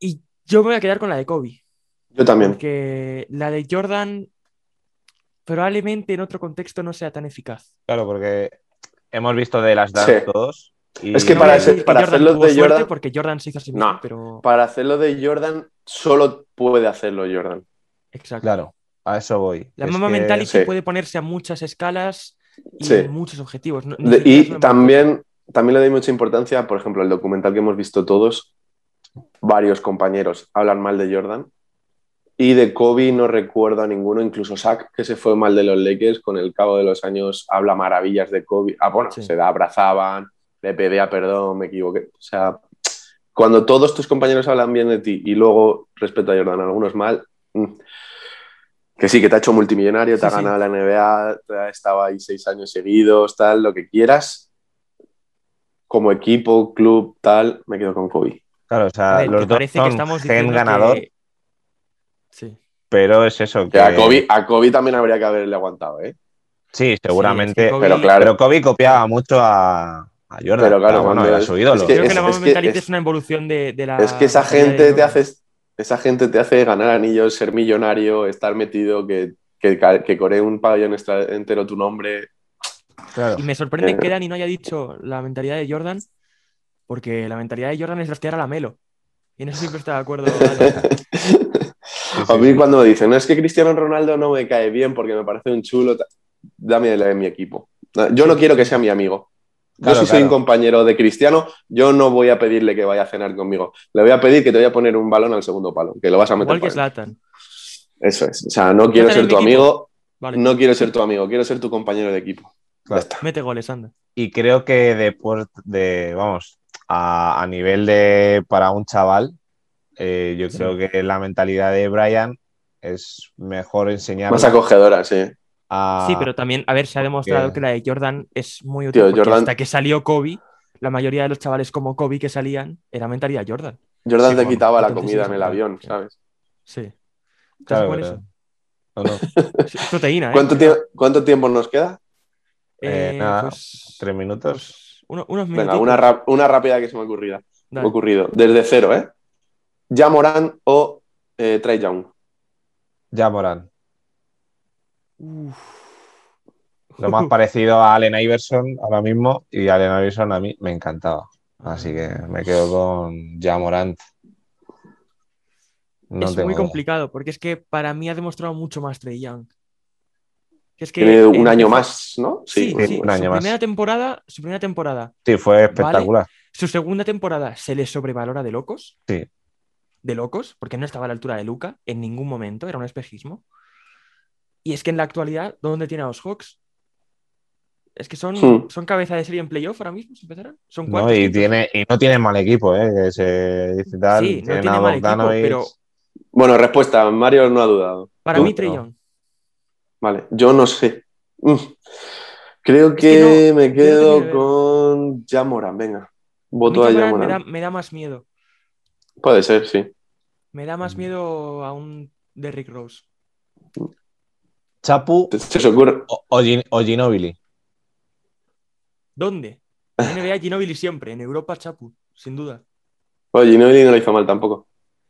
Speaker 4: Y yo me voy a quedar con la de Kobe.
Speaker 3: Yo también.
Speaker 4: Porque la de Jordan probablemente en otro contexto no sea tan eficaz.
Speaker 2: Claro, porque hemos visto de las dance
Speaker 3: Sí.
Speaker 2: todos. y-
Speaker 3: Es que
Speaker 4: No
Speaker 3: para
Speaker 4: voy a
Speaker 3: ese-
Speaker 4: decir que
Speaker 3: para
Speaker 4: Jordan
Speaker 3: hacerlo
Speaker 4: tuvo
Speaker 3: de
Speaker 4: suerte
Speaker 3: Jordan-
Speaker 4: Porque Jordan se hizo a sí
Speaker 3: No.
Speaker 4: mismo, pero.
Speaker 3: Para hacerlo de Jordan, solo puede hacerlo Jordan.
Speaker 4: Exacto.
Speaker 2: Claro, a eso voy.
Speaker 4: La
Speaker 2: Es
Speaker 4: mamá
Speaker 2: que-
Speaker 4: mentality
Speaker 3: Sí.
Speaker 4: puede ponerse a muchas escalas y
Speaker 3: Sí.
Speaker 4: muchos objetivos. No- no
Speaker 3: De-
Speaker 4: sé, es
Speaker 3: y
Speaker 4: una-
Speaker 3: también, también le doy mucha importancia, por ejemplo, el documental que hemos visto todos, varios compañeros hablan mal de Jordan. Y de Kobe no recuerdo a ninguno, incluso Shaq, que se fue mal de los Lakers, con el cabo de los años habla maravillas de Kobe. Ah, bueno,
Speaker 4: Sí.
Speaker 3: se la abrazaban, le pedía perdón, me equivoqué. O sea, cuando todos tus compañeros hablan bien de ti y luego respecto a Jordan, algunos mal, mm, Que sí, que te ha hecho multimillonario, te
Speaker 4: Sí,
Speaker 3: ha
Speaker 4: sí.
Speaker 3: ganado la NBA, te ha estado ahí seis años seguidos, tal, lo que quieras. Como equipo, club, tal, me quedo con Kobe.
Speaker 2: Claro, o sea,
Speaker 4: A ver,
Speaker 2: los
Speaker 4: que
Speaker 2: dos
Speaker 4: parece
Speaker 2: son
Speaker 4: que estamos
Speaker 2: gen
Speaker 4: diciendo
Speaker 2: ganador,
Speaker 4: que- Sí.
Speaker 2: pero es eso.
Speaker 3: Que
Speaker 2: Que
Speaker 4: Eh.
Speaker 3: a Kobe, a Kobe también habría que haberle aguantado, ¿eh?
Speaker 2: Sí,
Speaker 4: Sí,
Speaker 2: seguramente.
Speaker 4: es que Kobe-
Speaker 3: Pero claro,
Speaker 2: Pero Kobe copiaba mucho a, a Jordan.
Speaker 3: Pero
Speaker 2: Pero
Speaker 3: claro,
Speaker 2: bueno,
Speaker 3: cuando
Speaker 2: era
Speaker 3: es-
Speaker 2: su ídolo.
Speaker 3: es
Speaker 4: Creo que,
Speaker 3: es-
Speaker 4: la mama
Speaker 3: que-
Speaker 4: mentality
Speaker 3: es-
Speaker 4: es, una evolución de, de la.
Speaker 3: es que esa
Speaker 4: mentalidad de
Speaker 3: gente te
Speaker 4: Jordan.
Speaker 3: hace, esa gente te hace ganar anillos, ser millonario, estar metido, que, que, que coree un pabellón extra- entero tu nombre. [laughs]
Speaker 2: Claro.
Speaker 4: Y me sorprende
Speaker 3: Eh.
Speaker 4: que Dani no haya dicho la mentalidad de Jordan, porque la mentalidad de Jordan es rastrear a la Melo. Y en eso siempre está de acuerdo.
Speaker 3: [laughs]
Speaker 4: Dani.
Speaker 3: a mí cuando me dicen, no es que Cristiano Ronaldo no me cae bien porque me parece un chulo, ta- dame el de mi equipo. Yo no quiero que sea mi amigo. Yo
Speaker 2: Claro,
Speaker 3: si soy
Speaker 2: claro.
Speaker 3: un compañero de Cristiano, yo no voy a pedirle que vaya a cenar conmigo. Le voy a pedir que te voy a poner un balón al segundo palo, que lo vas a meter.
Speaker 4: Igual que
Speaker 3: por él.
Speaker 4: Slatan.
Speaker 3: Eso es. O sea, no quiero
Speaker 4: en
Speaker 3: ser
Speaker 4: mi
Speaker 3: tu
Speaker 4: equipo.
Speaker 3: amigo,
Speaker 4: Vale,
Speaker 3: no quiero ser tu amigo, quiero ser tu compañero de equipo. Ya
Speaker 2: Claro.
Speaker 3: está.
Speaker 4: mete goles, anda.
Speaker 2: Y creo que de, puer- de vamos, a, a nivel de para un chaval, eh, yo
Speaker 4: Sí.
Speaker 2: creo que la mentalidad de Brian es mejor enseñar
Speaker 3: Más acogedora, sí.
Speaker 2: a...
Speaker 4: Sí, pero también, a ver, se ha demostrado
Speaker 2: porque-
Speaker 4: que la de Jordan es muy útil.
Speaker 3: Tío,
Speaker 4: porque
Speaker 3: Jordan-
Speaker 4: Hasta que salió Kobe, la mayoría de los chavales como Kobe que salían era mentalidad Jordan.
Speaker 3: Jordan
Speaker 4: Sí,
Speaker 3: te
Speaker 4: bueno,
Speaker 3: quitaba la
Speaker 4: entonces
Speaker 3: comida
Speaker 4: sí,
Speaker 3: en el
Speaker 4: claro.
Speaker 3: avión, ¿sabes?
Speaker 4: Sí. ¿Te
Speaker 2: Claro,
Speaker 4: hace con
Speaker 2: pero-
Speaker 4: eso?
Speaker 2: No, no,
Speaker 4: Sí, es Proteína, ¿eh?
Speaker 3: ¿Cuánto, tie- cuánto tiempo nos queda?
Speaker 4: Eh,
Speaker 2: Eh, nada,
Speaker 4: pues,
Speaker 2: tres minutos.
Speaker 4: pues, uno- unos
Speaker 3: Venga,
Speaker 4: minutos.
Speaker 3: una, rap- una rápida que se me ha ocurrido. ocurrido. Desde cero, ¿eh? Ya Morán o eh, Trae Young.
Speaker 2: Ya Morán. Lo
Speaker 4: [laughs]
Speaker 2: más parecido a Allen Iverson ahora mismo y Allen Iverson a mí me encantaba. Así que me quedo con Ja Morant. No
Speaker 4: es
Speaker 2: tengo
Speaker 4: muy
Speaker 2: duda.
Speaker 4: complicado, porque es que para mí ha demostrado mucho más Trey Young. Que es que,
Speaker 3: Tiene un
Speaker 4: eh,
Speaker 3: año
Speaker 4: su-
Speaker 3: más, ¿no?
Speaker 4: Sí,
Speaker 2: un-
Speaker 4: sí,
Speaker 2: un año
Speaker 4: su
Speaker 2: más.
Speaker 4: Primera temporada, su primera temporada.
Speaker 2: Sí, fue espectacular.
Speaker 4: Su segunda temporada se le sobrevalora de locos.
Speaker 2: Sí.
Speaker 4: De locos, porque no estaba a la altura de Luca en ningún momento, era un espejismo. Y es que en la actualidad, ¿dónde tiene a los Hawks? Es que son,
Speaker 3: Hmm.
Speaker 4: son cabeza de serie en playoff ahora mismo, si empezaran. Son
Speaker 2: No,
Speaker 4: cuartos,
Speaker 2: y,
Speaker 4: quintos.
Speaker 2: tiene, y no tiene mal equipo, ¿eh? Que se dice tal,
Speaker 4: Sí, no
Speaker 2: tienen
Speaker 4: tiene
Speaker 2: a
Speaker 4: mal equipo,
Speaker 2: Bogdanovic.
Speaker 4: pero-
Speaker 3: Bueno, respuesta. Mario no ha dudado.
Speaker 4: Para
Speaker 2: Tú,
Speaker 4: mí, Trey
Speaker 2: no.
Speaker 4: Young.
Speaker 3: Vale, yo no sé. Mm. Creo
Speaker 4: Es
Speaker 3: que,
Speaker 4: que
Speaker 3: me
Speaker 4: yo no
Speaker 3: quedo
Speaker 4: tenía idea.
Speaker 3: con Ya Morán, venga.
Speaker 4: A mí
Speaker 3: Voto a
Speaker 4: Jamoran
Speaker 3: Ya
Speaker 4: me, da,
Speaker 3: Morán.
Speaker 4: me da más miedo.
Speaker 3: Puede ser, sí.
Speaker 4: Me da más
Speaker 2: Mm.
Speaker 4: miedo a un Derrick Rose.
Speaker 2: Chapu
Speaker 3: ¿Se os ocurre?
Speaker 2: o, o Gin- o Ginobili.
Speaker 4: ¿Dónde? En NBA Ginobili siempre, en Europa Chapu, sin duda.
Speaker 3: Oye, Ginobili no lo hizo mal tampoco.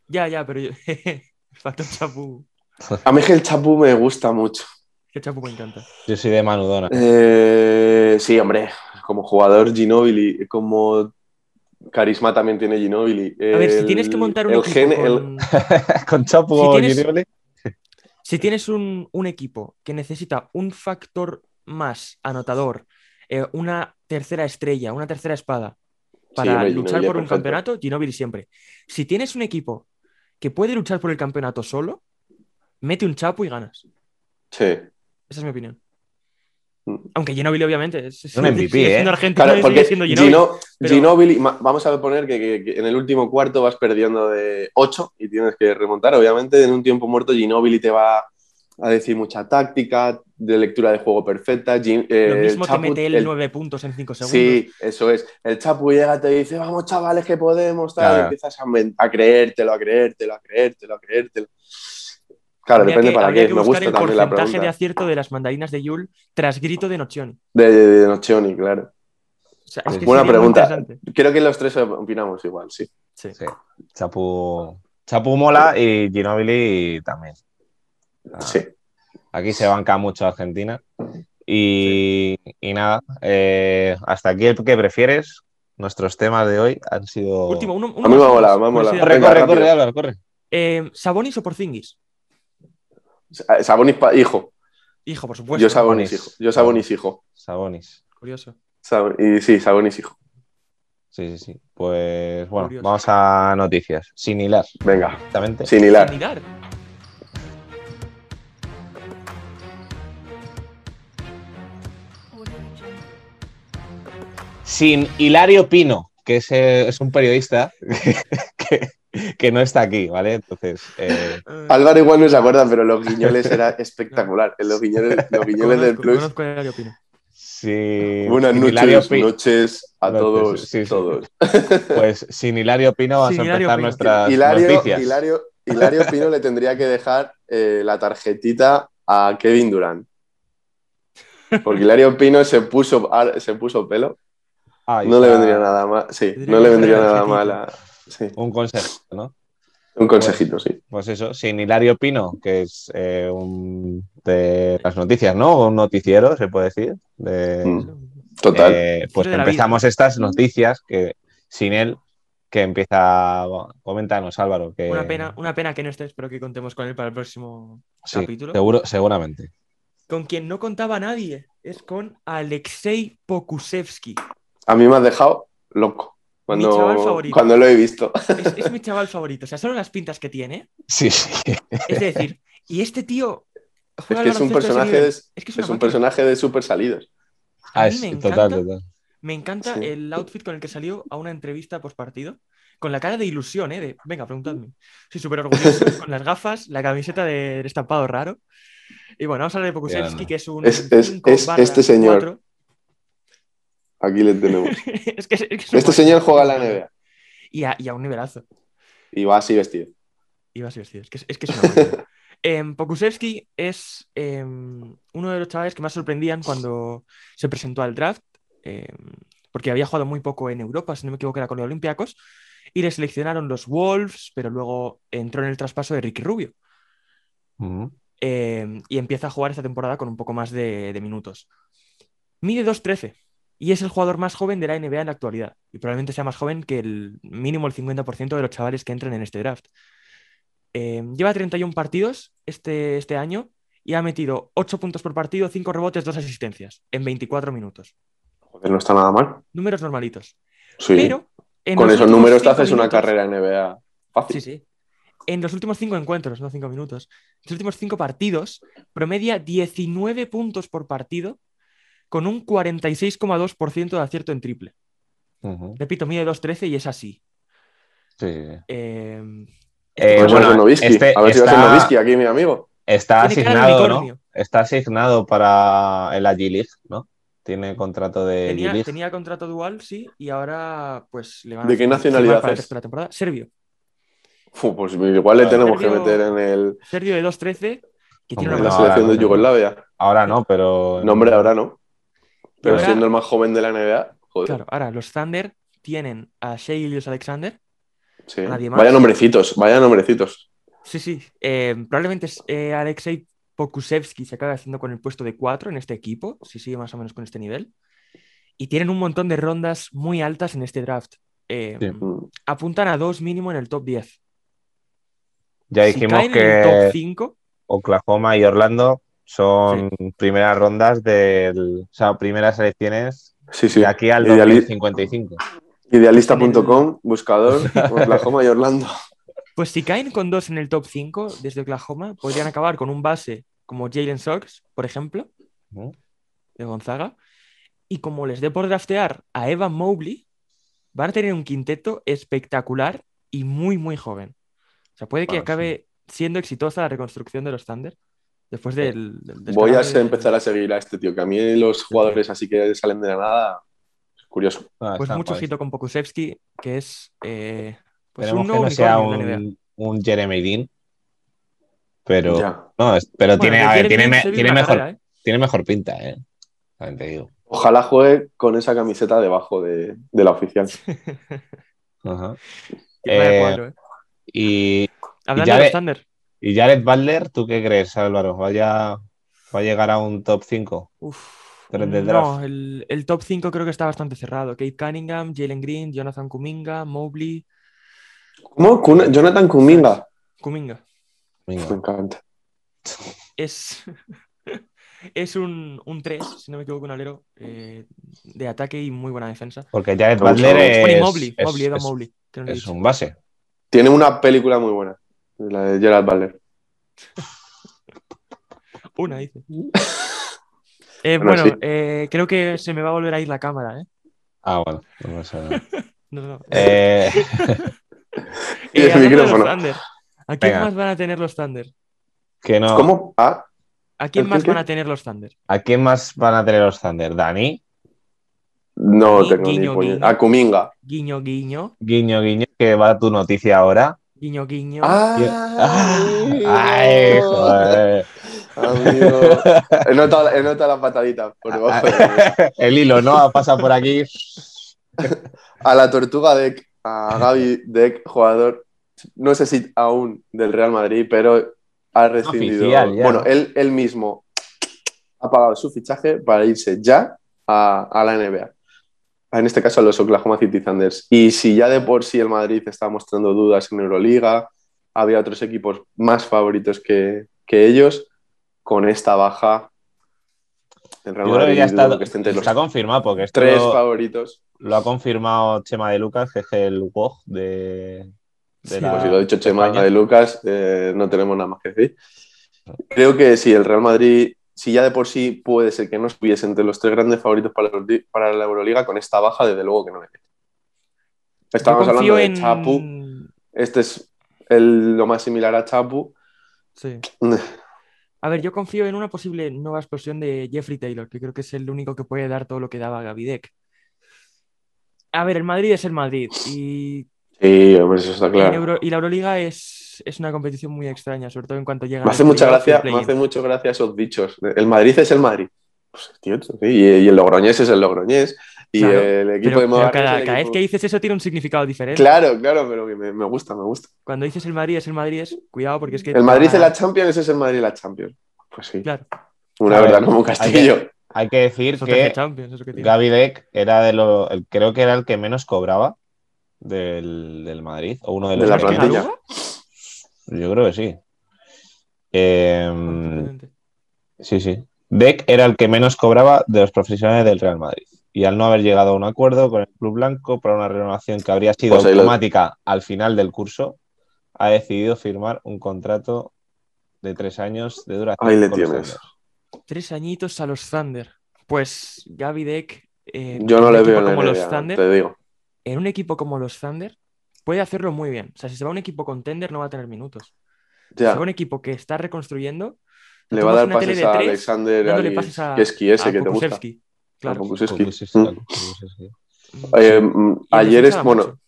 Speaker 4: Ya, ya, pero yo... [laughs] Factor Chapu.
Speaker 3: A mí es que el Chapu me gusta mucho.
Speaker 4: Que Chapu me encanta.
Speaker 2: Yo soy de Manudona. [laughs]
Speaker 3: Eh, sí, hombre, como jugador Ginobili, como carisma también tiene Ginobili.
Speaker 4: A ver, si tienes que montar un
Speaker 3: el
Speaker 4: equipo
Speaker 3: gen- el- [laughs]
Speaker 4: con-
Speaker 2: Con Chapu
Speaker 4: Si
Speaker 2: o
Speaker 4: tienes-
Speaker 2: Ginobili.
Speaker 4: Si tienes un, un equipo que necesita un factor más anotador, eh, una tercera estrella, una tercera espada
Speaker 3: Sí,
Speaker 4: para
Speaker 3: hombre,
Speaker 4: luchar
Speaker 3: Ginobili es
Speaker 4: por un
Speaker 3: perfecto.
Speaker 4: campeonato, Ginobili siempre. Si tienes un equipo que puede luchar por el campeonato solo, mete un chapu y ganas.
Speaker 3: Sí.
Speaker 4: Esa es mi opinión.
Speaker 3: Mm.
Speaker 4: Aunque Ginobili, obviamente, es,
Speaker 2: un MVP,
Speaker 4: sigue siendo
Speaker 2: ¿eh?
Speaker 4: argentino
Speaker 3: Claro,
Speaker 4: y
Speaker 3: porque
Speaker 4: sigue siendo Ginobili.
Speaker 3: Gino-
Speaker 4: pero-
Speaker 3: Ginobili- ma- vamos a poner que, que- que en el último cuarto vas perdiendo de 8 y tienes que remontar. Obviamente, en un tiempo muerto, Ginobili te va a decir mucha táctica, de lectura de juego perfecta. Gin- eh,
Speaker 4: Lo mismo
Speaker 3: Chapu-
Speaker 4: te mete él
Speaker 3: el-
Speaker 4: nueve puntos en cinco segundos.
Speaker 3: Sí, eso es. El Chapu llega, te dice, vamos chavales, que podemos, tal, y
Speaker 2: Claro.
Speaker 3: empiezas a, men- a creértelo, a creértelo, a creértelo, a creértelo. Claro,
Speaker 4: Habría
Speaker 3: depende
Speaker 4: que-
Speaker 3: para
Speaker 4: habría
Speaker 3: qué.
Speaker 4: que
Speaker 3: Me
Speaker 4: buscar
Speaker 3: gusta
Speaker 4: el
Speaker 3: también la
Speaker 4: porcentaje de
Speaker 3: pregunta.
Speaker 4: acierto de las mandarinas de Yul tras grito de Nocioni.
Speaker 3: De, de, de Nocioni, claro.
Speaker 4: O sea, es que
Speaker 3: Buena
Speaker 4: sería muy
Speaker 3: pregunta.
Speaker 4: interesante.
Speaker 3: Creo que los tres opinamos igual, sí.
Speaker 4: Sí.
Speaker 2: Sí. Chapu, Chapu mola y Ginobili también. Ah,
Speaker 3: Sí.
Speaker 2: Aquí se banca mucho Argentina. Y, y nada, eh, hasta aquí el que prefieres. Nuestros temas de hoy han sido.
Speaker 4: Último, uno, uno
Speaker 3: A mí me
Speaker 4: más,
Speaker 3: mola,
Speaker 4: más,
Speaker 3: me mola.
Speaker 4: curiosidad.
Speaker 2: Corre,
Speaker 3: Venga,
Speaker 2: corre,
Speaker 3: rápido.
Speaker 2: corre, Álvaro, corre.
Speaker 4: Eh, ¿Sabonis o Porzingis?
Speaker 3: Sa- Sabonis pa- hijo.
Speaker 4: Hijo, por supuesto.
Speaker 3: Yo Sabonis
Speaker 2: Sabonis.
Speaker 3: hijo. Yo Sabonis hijo.
Speaker 2: Sabonis.
Speaker 4: Curioso.
Speaker 3: Sab- y sí, Sabonis hijo.
Speaker 2: Sí, sí, sí. Pues bueno,
Speaker 4: Curioso.
Speaker 2: vamos a noticias. Sin hilar,
Speaker 3: Venga,
Speaker 2: exactamente.
Speaker 3: sin hilar.
Speaker 4: Similar.
Speaker 2: Sin Hilario Pino, que es, eh, es un periodista [laughs] que, que, que no está aquí, ¿vale? Entonces, eh,
Speaker 3: Álvaro igual no se acuerda, pero los guiñoles
Speaker 2: [laughs]
Speaker 3: era espectacular. Los guiñoles, los guiñoles del
Speaker 4: Conozco-
Speaker 3: plus.
Speaker 4: conozco el que opina.
Speaker 2: si
Speaker 3: Buenas
Speaker 2: sin Hilario
Speaker 3: noches,
Speaker 2: Pi-
Speaker 3: noches a
Speaker 2: Noches,
Speaker 3: todos,
Speaker 2: sí, sí.
Speaker 3: todos.
Speaker 2: Pues sin Hilario Pino vamos
Speaker 4: Sin
Speaker 2: a
Speaker 4: Hilario
Speaker 2: empezar
Speaker 4: Pino.
Speaker 2: nuestras
Speaker 3: Hilario,
Speaker 2: noticias.
Speaker 3: Hilario,
Speaker 2: [laughs]
Speaker 3: Hilario Pino le tendría que dejar eh, la tarjetita a Kevin Durant. Porque Hilario Pino se puso, ar- se puso pelo.
Speaker 2: Ahí
Speaker 3: No le
Speaker 2: está
Speaker 3: vendría nada mal. Sí,
Speaker 4: Tendría
Speaker 3: no le
Speaker 4: que
Speaker 3: vendría
Speaker 4: ser
Speaker 3: nada
Speaker 4: tarjetita.
Speaker 3: mal. a- sí,
Speaker 2: Un consejo, ¿no?
Speaker 3: un consejito,
Speaker 4: Eh,
Speaker 3: sí.
Speaker 2: Pues eso, sin Hilario Pino, que es eh, un de las noticias, ¿no? O Un noticiero, se puede decir. de-
Speaker 3: Mm. Total.
Speaker 2: Eh, pues
Speaker 4: de la
Speaker 2: empezamos estas noticias que sin él, que empieza. bueno, coméntanos, Álvaro.
Speaker 3: Eh.
Speaker 2: Que,
Speaker 4: Una pena, una pena que no estés, pero que contemos con él para el próximo
Speaker 2: Sí,
Speaker 4: capítulo.
Speaker 2: seguro, seguramente.
Speaker 4: Con quien no contaba nadie es con Alexei Pokusevsky.
Speaker 3: A mí me has dejado loco.
Speaker 4: chaval
Speaker 3: Cuando,
Speaker 4: favorito.
Speaker 3: cuando lo he visto.
Speaker 4: Es, es mi chaval favorito. O sea, solo las pintas que tiene.
Speaker 2: Sí, sí. [laughs]
Speaker 4: Es decir, y este tío.
Speaker 3: [laughs] Es
Speaker 4: juega al
Speaker 3: que es un
Speaker 4: baloncesto a ese
Speaker 3: personaje
Speaker 4: nivel.
Speaker 3: de,
Speaker 4: Es que es
Speaker 3: es
Speaker 4: una
Speaker 3: un
Speaker 4: máquina.
Speaker 3: personaje de super salidos.
Speaker 4: A
Speaker 2: Ah,
Speaker 4: mí
Speaker 2: es-
Speaker 4: me encanta.
Speaker 2: total, total.
Speaker 4: Me encanta
Speaker 3: Sí.
Speaker 4: el outfit con el que salió a una entrevista post partido, con la cara de ilusión, ¿eh? De, venga, preguntadme. Soy
Speaker 3: [laughs]
Speaker 4: súper orgulloso, con las gafas, la camiseta de estampado raro. Y bueno, vamos a hablar de Pokusevski,
Speaker 2: Ya.
Speaker 4: que es un.
Speaker 3: Es- es-
Speaker 4: cinco
Speaker 3: es
Speaker 4: barra
Speaker 3: este señor.
Speaker 4: cuatro. [laughs]
Speaker 3: Aquí le tenemos.
Speaker 4: es que, es que es un
Speaker 3: Este
Speaker 4: máquina.
Speaker 3: señor juega en la NBA
Speaker 4: Y a, y a un nivelazo.
Speaker 3: y va así vestido.
Speaker 4: Iba así vestido. Es que es, es que es una máquina. Em, Pokusevski es em, uno de los chavales que más sorprendían cuando se presentó al draft, em, porque había jugado muy poco en Europa, si no me equivoco, era con los Olympiacos, y le seleccionaron los Wolves, pero luego entró en el traspaso de Ricky Rubio
Speaker 2: Ujú.
Speaker 4: em, y empieza a jugar esta temporada con un poco más de, de minutos. Mide 2'13 y es el jugador más joven de la NBA en la actualidad y probablemente sea más joven que el mínimo el 50% de los chavales que entran en este draft. Em, lleva 31 partidos este, este año y ha metido 8 puntos por partido, 5 rebotes, 2 asistencias en 24 minutos.
Speaker 3: Joder, no está nada mal.
Speaker 4: Números normalitos.
Speaker 3: Sí.
Speaker 4: Pero en
Speaker 3: Con
Speaker 4: los
Speaker 3: esos
Speaker 4: últimos
Speaker 3: números te
Speaker 4: cinco
Speaker 3: haces una
Speaker 4: minutos-
Speaker 3: carrera en NBA fácil.
Speaker 4: Sí, sí. En los últimos cinco encuentros, no cinco minutos, en los últimos cinco partidos, promedia 19 puntos por partido con un 46,2% de acierto en triple.
Speaker 2: Ujú.
Speaker 4: Repito, mide 2.13 y es así.
Speaker 2: Sí, sí, sí.
Speaker 4: Eh,
Speaker 2: Eh,
Speaker 3: Vamos a
Speaker 2: bueno,
Speaker 3: ver Nowitzki.
Speaker 2: este
Speaker 3: a ver si va a ser
Speaker 2: está-
Speaker 3: Novisky aquí, mi amigo.
Speaker 2: Está
Speaker 4: Tiene cara de
Speaker 2: asignado,
Speaker 4: unicornio.
Speaker 2: ¿no? Está asignado para el G League, ¿no? Tiene contrato de G
Speaker 4: tenía,
Speaker 2: League.
Speaker 4: tenía contrato dual, sí, y ahora pues le van a
Speaker 3: ¿De qué
Speaker 4: firmar
Speaker 3: nacionalidad
Speaker 4: para el
Speaker 3: es?
Speaker 4: resto de la temporada. Serbio.
Speaker 3: Fu, pues igual le
Speaker 2: Vale.
Speaker 3: tenemos que
Speaker 4: Sergio-
Speaker 3: meter en, el,
Speaker 4: Serbio de 2.13, que
Speaker 2: Hombre,
Speaker 4: tiene
Speaker 3: en
Speaker 4: una
Speaker 3: la
Speaker 2: no,
Speaker 4: masa-
Speaker 3: selección
Speaker 2: ahora
Speaker 3: de
Speaker 2: no.
Speaker 3: Yugoslavia.
Speaker 2: Ahora no, pero.
Speaker 3: No, hombre, ahora no. Pero
Speaker 4: ahora-
Speaker 3: siendo el más joven de la NBA, joder.
Speaker 4: Claro, ahora los Thunder tienen a Shea Gilgeous Alexander,
Speaker 3: sí.
Speaker 4: nadie más.
Speaker 3: Vaya nombrecitos, vaya nombrecitos.
Speaker 4: Sí, sí. eh, probablemente es- eh, Alexei Pokusevsky se acaba haciendo con el puesto de 4 en este equipo, si sigue más o menos con este nivel. Y tienen un montón de rondas muy altas en este draft. Eh,
Speaker 2: Sí.
Speaker 3: Mm.
Speaker 4: Apuntan a dos mínimo en el top 10.
Speaker 2: Ya
Speaker 4: Si
Speaker 2: dijimos
Speaker 4: caen en el
Speaker 2: que
Speaker 4: top 5,
Speaker 2: Oklahoma y Orlando son primeras rondas del. O sea, primeras selecciones
Speaker 3: Sí, sí.
Speaker 2: de aquí al
Speaker 3: Ideali-
Speaker 2: 2055.
Speaker 3: Idealista.com,
Speaker 4: [laughs]
Speaker 3: buscador, Oklahoma y Orlando.
Speaker 4: pues si caen con dos en el top 5 desde Oklahoma, podrían acabar con un base como Jalen Sox, por ejemplo,
Speaker 2: Ujú.
Speaker 4: de Gonzaga. Y como les dé por draftear a Evan Mobley, van a tener un quinteto espectacular y muy, muy joven. O sea, puede que
Speaker 2: Bueno,
Speaker 4: acabe siendo exitosa la reconstrucción de los Thunder después del. del- del
Speaker 3: Voy a
Speaker 4: descalabro
Speaker 3: ser-
Speaker 4: de-
Speaker 3: empezar a seguir a este tío, que a mí los jugadores así que salen de la nada, es curioso.
Speaker 2: Ah,
Speaker 4: Pues
Speaker 2: está
Speaker 4: mucho
Speaker 2: guay.
Speaker 4: ojito con Pokusevski, que es. eh, pues
Speaker 2: Esperemos
Speaker 4: un no
Speaker 2: que no sea
Speaker 4: unicornio en la NBA.
Speaker 2: un, un Jeremy Dean. Pero.
Speaker 3: Ya.
Speaker 2: No, es- pero
Speaker 4: Bueno,
Speaker 2: tiene,
Speaker 4: de
Speaker 2: a ver,
Speaker 4: Jeremy
Speaker 2: tiene,
Speaker 4: Lin
Speaker 2: me-
Speaker 4: se vive
Speaker 2: tiene
Speaker 4: una
Speaker 2: mejor,
Speaker 4: carrera, ¿eh? [laughs]
Speaker 2: tiene mejor pinta, ¿eh? También te digo.
Speaker 3: Ojalá juegue con esa camiseta debajo de, de la oficial.
Speaker 2: Ajá.
Speaker 4: Vaya
Speaker 2: Eh,
Speaker 4: cuadro, ¿eh?
Speaker 2: Y,
Speaker 4: Hablando
Speaker 2: ya
Speaker 4: de los
Speaker 2: de-
Speaker 4: Thunder,
Speaker 2: y Jared Butler, ¿tú qué crees, Álvaro? ¿Vaya, ¿Va a llegar a un top 5?
Speaker 4: uf,
Speaker 2: tres del
Speaker 4: no,
Speaker 2: draft.
Speaker 4: el, el top 5 creo que está bastante cerrado. Kate Cunningham, Jalen Green, Jonathan Kuminga, Mobley,
Speaker 3: ¿Cómo? Kun- Jonathan Kuminga.
Speaker 4: Kuminga.
Speaker 3: Me encanta.
Speaker 4: Es, [laughs] es un, un 3, si no me equivoco, un alero eh, de ataque y muy buena defensa.
Speaker 2: Porque Jared
Speaker 3: Mucho
Speaker 2: Butler
Speaker 3: gusto.
Speaker 2: es,
Speaker 4: Bueno, y Mobley,
Speaker 2: es-
Speaker 4: Mobley, Evan
Speaker 2: es-
Speaker 4: Mobley, que no lo he
Speaker 2: es
Speaker 4: dicho.
Speaker 2: un base.
Speaker 3: Tiene una película muy buena, la de Gerard Butler.
Speaker 2: [laughs]
Speaker 4: Una, dice. Eh,
Speaker 3: Bueno,
Speaker 4: bueno,
Speaker 3: sí.
Speaker 4: eh, creo que se me va a volver a ir la cámara, ¿eh?
Speaker 2: [laughs] Ah, bueno. no pasa nada.
Speaker 4: No, no.
Speaker 2: Eh,
Speaker 3: Y el
Speaker 4: Eh, hablando de los
Speaker 3: micrófono.
Speaker 4: Thunder, ¿A quién
Speaker 2: Venga.
Speaker 4: más van a tener los Thunder?
Speaker 2: Que no.
Speaker 3: ¿Cómo? Ah,
Speaker 4: ¿A quién
Speaker 3: ¿El
Speaker 4: más
Speaker 3: qué, qué?
Speaker 4: van a tener los Thunder?
Speaker 2: ¿A quién más van a tener los Thunder? ¿Dani?
Speaker 3: no
Speaker 4: Gui-
Speaker 3: tengo
Speaker 4: guiño,
Speaker 3: ni puñe-
Speaker 4: guiño.
Speaker 3: A Kuminga.
Speaker 4: Guiño, guiño.
Speaker 2: Guiño, guiño, que va tu noticia ahora.
Speaker 4: Guiño, guiño.
Speaker 3: Ah, amigo.
Speaker 2: Ay, joder.
Speaker 3: Amigo. [laughs] He notado, he notado la patadita por debajo.
Speaker 2: El hilo, ¿no? Pasa por aquí.
Speaker 3: A la tortuga Deck, a Gaby Deck, jugador, no sé si aún del Real Madrid, pero ha rescindido.
Speaker 2: Oficial, ya,
Speaker 3: bueno,
Speaker 2: ¿no?
Speaker 3: él, él mismo ha pagado su fichaje para irse ya a, a la NBA. En este caso a los Oklahoma City Thunders. Y si ya de por sí el Madrid estaba mostrando dudas en Euroliga, había otros equipos más favoritos que, que ellos, con esta baja el Real
Speaker 2: Yo creo
Speaker 3: Madrid
Speaker 2: que ya está,
Speaker 3: dudo que esté entre los
Speaker 2: está confirmado porque esto
Speaker 3: tres
Speaker 2: lo,
Speaker 3: favoritos.
Speaker 2: lo ha confirmado Chema de Lucas, que es el WOG de, de
Speaker 4: Sí,
Speaker 2: la-
Speaker 3: Pues si lo ha dicho Chema
Speaker 2: España.
Speaker 3: de Lucas, eh, no tenemos nada más que decir. Creo que sí, el Real Madrid, si ya de por sí puede ser que no estuviese entre los tres grandes favoritos para, los di- para la Euroliga, con esta baja, desde luego que no le mete. Estábamos
Speaker 4: Yo
Speaker 3: hablando
Speaker 4: confío
Speaker 3: de
Speaker 4: en...
Speaker 3: Chapu. Este es el- lo más similar a Chapu. [laughs]
Speaker 4: Sí. A ver, yo confío en una posible nueva explosión de Jeffrey Taylor, que creo que es el único que puede dar todo lo que daba Gavidec. A ver, el Madrid es el Madrid y,
Speaker 3: Sí, hombre, eso está
Speaker 4: en
Speaker 3: claro.
Speaker 4: Euro- y la Euroliga es, es una competición muy extraña, sobre todo en cuanto llega.
Speaker 3: Me hace mucha gracia, me hace mucho gracia esos dichos. El Madrid es el Madrid. Pues, tío, sí, y, y el Logroñés es el Logroñés. Y
Speaker 4: Claro,
Speaker 3: el equipo
Speaker 4: Pero,
Speaker 3: de
Speaker 4: pero
Speaker 3: Mogar
Speaker 4: cada, cada vez que dices eso tiene un significado diferente.
Speaker 3: Claro, claro, pero que me- me gusta, me gusta.
Speaker 4: Cuando dices el Madrid es el Madrid es cuidado porque es que
Speaker 3: El Madrid
Speaker 4: te
Speaker 3: es
Speaker 4: va a
Speaker 3: la Champions, ese es el Madrid la Champions. Pues sí,
Speaker 4: ganar. Claro, eh,
Speaker 3: una
Speaker 2: A ver,
Speaker 3: verdad como
Speaker 2: hay que-
Speaker 3: Castillo.
Speaker 2: Hay que decir
Speaker 4: eso te hace
Speaker 2: que
Speaker 4: Champions, eso que tiene.
Speaker 2: Gaby Deck era de lo, el- creo que era el que menos cobraba del, del Madrid, o uno de los
Speaker 3: De la
Speaker 2: que menos.
Speaker 3: plantilla.
Speaker 2: Yo creo que sí. Em,
Speaker 4: Completamente. pues
Speaker 2: Sí, sí. Deck era el que menos cobraba de los profesionales del Real Madrid. Y al no haber llegado a un acuerdo con el Club Blanco para una renovación que habría sido
Speaker 3: Pues ahí lo-
Speaker 2: automática al final del curso, ha decidido firmar un contrato de tres años de duración.
Speaker 3: Ahí le
Speaker 2: con los
Speaker 3: tienes.
Speaker 2: Thunder.
Speaker 4: Tres añitos a los Thunder. Pues Gaby Deck. eh,
Speaker 3: Yo
Speaker 4: en
Speaker 3: no
Speaker 4: un
Speaker 3: le
Speaker 4: equipo
Speaker 3: veo en la
Speaker 4: como los
Speaker 3: NBA,
Speaker 4: Thunder,
Speaker 3: te digo.
Speaker 4: En un equipo como los Thunder puede hacerlo muy bien. O sea, si se va a un equipo contender no va a tener minutos. Si
Speaker 3: Ya,
Speaker 4: se va a un equipo que está reconstruyendo,
Speaker 3: le va a dar
Speaker 4: tomas una tele
Speaker 3: pases
Speaker 4: de
Speaker 3: a
Speaker 4: tres,
Speaker 3: Alexander
Speaker 4: dándole
Speaker 3: Ali-
Speaker 4: pases a-
Speaker 3: Kieski, ese
Speaker 4: a
Speaker 3: que te gusta.
Speaker 4: Kukusevski. Claro.
Speaker 3: A Kukusevski.
Speaker 2: Kulusevski,
Speaker 3: Mm.
Speaker 2: Kulusevski.
Speaker 4: Mm,
Speaker 3: Oye,
Speaker 4: sí.
Speaker 3: mm,
Speaker 4: Y en
Speaker 3: ayer
Speaker 4: defensa
Speaker 3: es,
Speaker 4: da
Speaker 3: bueno,
Speaker 4: mucho.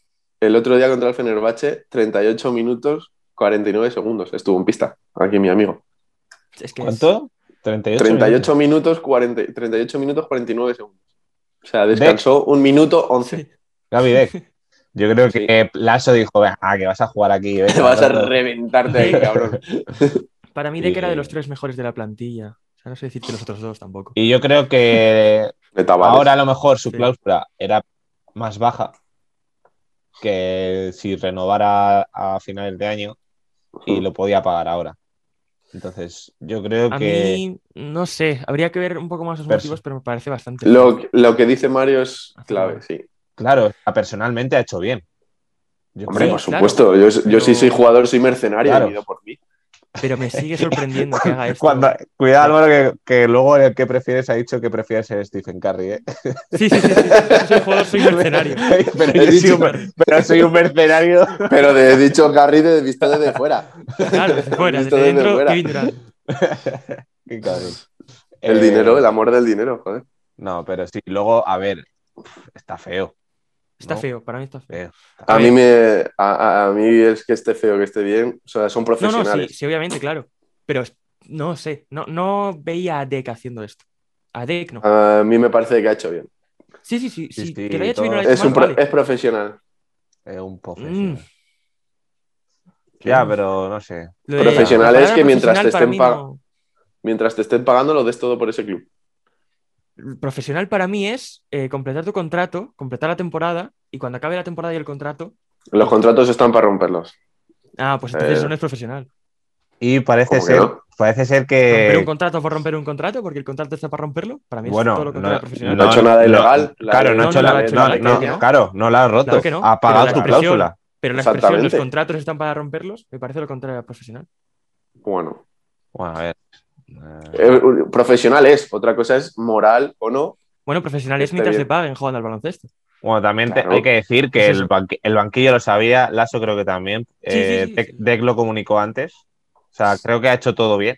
Speaker 3: el otro día contra el Fenerbahce, 38 minutos 49 segundos. Estuvo en pista, aquí mi amigo.
Speaker 4: Es que es-
Speaker 2: ¿Cuánto? 38.
Speaker 3: 38 minutos, 40, 38 minutos 49 segundos. O sea, descansó un minuto 11.
Speaker 4: Sí.
Speaker 2: Gaby Deck.
Speaker 4: [laughs]
Speaker 2: Yo creo
Speaker 3: Sí.
Speaker 2: que Lasso dijo, ah, que vas a jugar aquí. venga,
Speaker 3: [laughs] Te [laughs] vas a
Speaker 2: tonto".
Speaker 3: reventarte ahí,
Speaker 4: [laughs]
Speaker 3: cabrón.
Speaker 4: Para mí Deck
Speaker 2: Y-
Speaker 4: era de los tres mejores de la plantilla. O sea, no sé decirte los otros dos tampoco.
Speaker 2: Y yo creo que
Speaker 3: De Tavares.
Speaker 2: Ahora a lo mejor su
Speaker 4: Sí.
Speaker 2: cláusula era más baja que si renovara a finales de año
Speaker 3: Mm.
Speaker 2: y lo podía pagar ahora. Entonces, yo creo
Speaker 4: A
Speaker 2: que
Speaker 4: mí, no sé, habría que ver un poco más los
Speaker 2: Perso.
Speaker 4: motivos, pero me parece bastante.
Speaker 3: Lo, lo que dice Mario es clave, sí.
Speaker 2: claro, personalmente ha hecho bien. Yo
Speaker 3: Hombre,
Speaker 4: Sí,
Speaker 2: creo.
Speaker 3: por
Speaker 4: claro,
Speaker 3: supuesto. Yo, yo
Speaker 4: pero-
Speaker 3: sí soy jugador, soy mercenario,
Speaker 2: Claro.
Speaker 3: he ido por
Speaker 4: [laughs]
Speaker 3: mí.
Speaker 4: Pero me
Speaker 2: [laughs]
Speaker 4: sigue sorprendiendo que haga esto.
Speaker 2: Cuando- cuidado, Álvaro, que, que luego el que prefieres ha dicho que prefiere ser Stephen Curry. ¿eh?
Speaker 4: Sí, sí, sí, sí. Yo soy
Speaker 2: [laughs]
Speaker 4: jugador, soy mercenario.
Speaker 2: pero,
Speaker 4: Yo
Speaker 2: yo
Speaker 4: soy
Speaker 2: soy un-
Speaker 3: [laughs]
Speaker 4: mer-
Speaker 2: pero soy un [laughs] mercenario.
Speaker 3: Pero de he dicho Carry de visto desde
Speaker 4: [laughs]
Speaker 3: fuera. [laughs]
Speaker 4: Claro, desde fuera,
Speaker 3: Visto
Speaker 4: desde
Speaker 3: desde
Speaker 4: dentro,
Speaker 3: fuera.
Speaker 4: Kevin Durant.
Speaker 2: Qué cabrón.
Speaker 3: El
Speaker 2: Eh,
Speaker 3: dinero, el amor del dinero, joder.
Speaker 2: No, pero sí. Luego, a ver, está feo.
Speaker 4: Está
Speaker 2: ¿no?
Speaker 4: feo, para mí está feo.
Speaker 2: Feo.
Speaker 3: Eh, A
Speaker 4: A
Speaker 3: mí
Speaker 4: ver.
Speaker 3: me a, a- a mí es que esté feo, que esté bien. O sea, son
Speaker 4: No, no, sí,
Speaker 3: profesionales.
Speaker 4: sí, obviamente, claro. Pero es- no sé, no, no veía a Deck haciendo esto. A Deck no.
Speaker 3: A mí me parece que ha hecho bien.
Speaker 4: Sí, sí, sí, sí,
Speaker 2: sí,
Speaker 4: que lo haya hecho
Speaker 2: todo-
Speaker 4: bien o lo haya hecho
Speaker 3: Es, un
Speaker 4: mal,
Speaker 3: pro- eh,
Speaker 4: vale.
Speaker 3: es profesional.
Speaker 2: Es un
Speaker 4: Mm.
Speaker 2: profesional. Ya, pero no sé.
Speaker 4: Lo de-
Speaker 3: Profesional
Speaker 4: la
Speaker 3: es
Speaker 4: palabra
Speaker 3: que mientras
Speaker 4: profesional
Speaker 3: te
Speaker 4: para
Speaker 3: estén
Speaker 4: mí
Speaker 3: pa-
Speaker 4: no-
Speaker 3: Mientras te estén pagando, lo des todo por ese club.
Speaker 4: Profesional para mí es eh, completar tu contrato, completar la temporada y cuando acabe la temporada y el contrato,
Speaker 3: Los contratos están para romperlos.
Speaker 4: ah, pues entonces
Speaker 3: Eh,
Speaker 4: eso no es profesional.
Speaker 2: Y parece
Speaker 3: ¿Cómo que
Speaker 2: ser,
Speaker 3: no?
Speaker 2: parece ser
Speaker 4: Romper un
Speaker 2: que.
Speaker 4: contrato por romper un contrato, porque el contrato está para romperlo, para mí es
Speaker 2: Eh. Bueno,
Speaker 4: todo lo contrario a profesional.
Speaker 3: no ha hecho nada ilegal. La
Speaker 2: claro,
Speaker 3: ley-
Speaker 2: no, ha
Speaker 4: no,
Speaker 2: hecho
Speaker 4: no
Speaker 2: la,
Speaker 4: la ha hecho
Speaker 2: no,
Speaker 4: nada
Speaker 2: no,
Speaker 4: ilegal, ¿no?
Speaker 2: claro, no la ha roto.
Speaker 4: Claro que no,
Speaker 2: ha
Speaker 4: pero
Speaker 2: pagado
Speaker 4: la
Speaker 2: su
Speaker 4: expresión-
Speaker 2: cláusula.
Speaker 4: Pero la expresión, los
Speaker 3: Exactamente.
Speaker 4: contratos están para romperlos, me parece lo contrario a profesional.
Speaker 3: Bueno,
Speaker 2: Bueno, a ver. Eh,
Speaker 3: eh, profesional es. Otra cosa es moral o no.
Speaker 4: Bueno, profesional es
Speaker 3: Está
Speaker 4: mientras
Speaker 3: bien.
Speaker 4: te paguen jugando al baloncesto.
Speaker 2: Bueno, también te-
Speaker 3: Claro.
Speaker 2: hay que decir que
Speaker 4: Es
Speaker 2: el,
Speaker 4: eso.
Speaker 2: banqui- el banquillo lo sabía, Lasso creo que también.
Speaker 4: Sí,
Speaker 2: eh,
Speaker 4: sí, sí,
Speaker 2: Dec-
Speaker 4: sí.
Speaker 2: Dec lo comunicó antes. O sea, creo que ha hecho todo bien.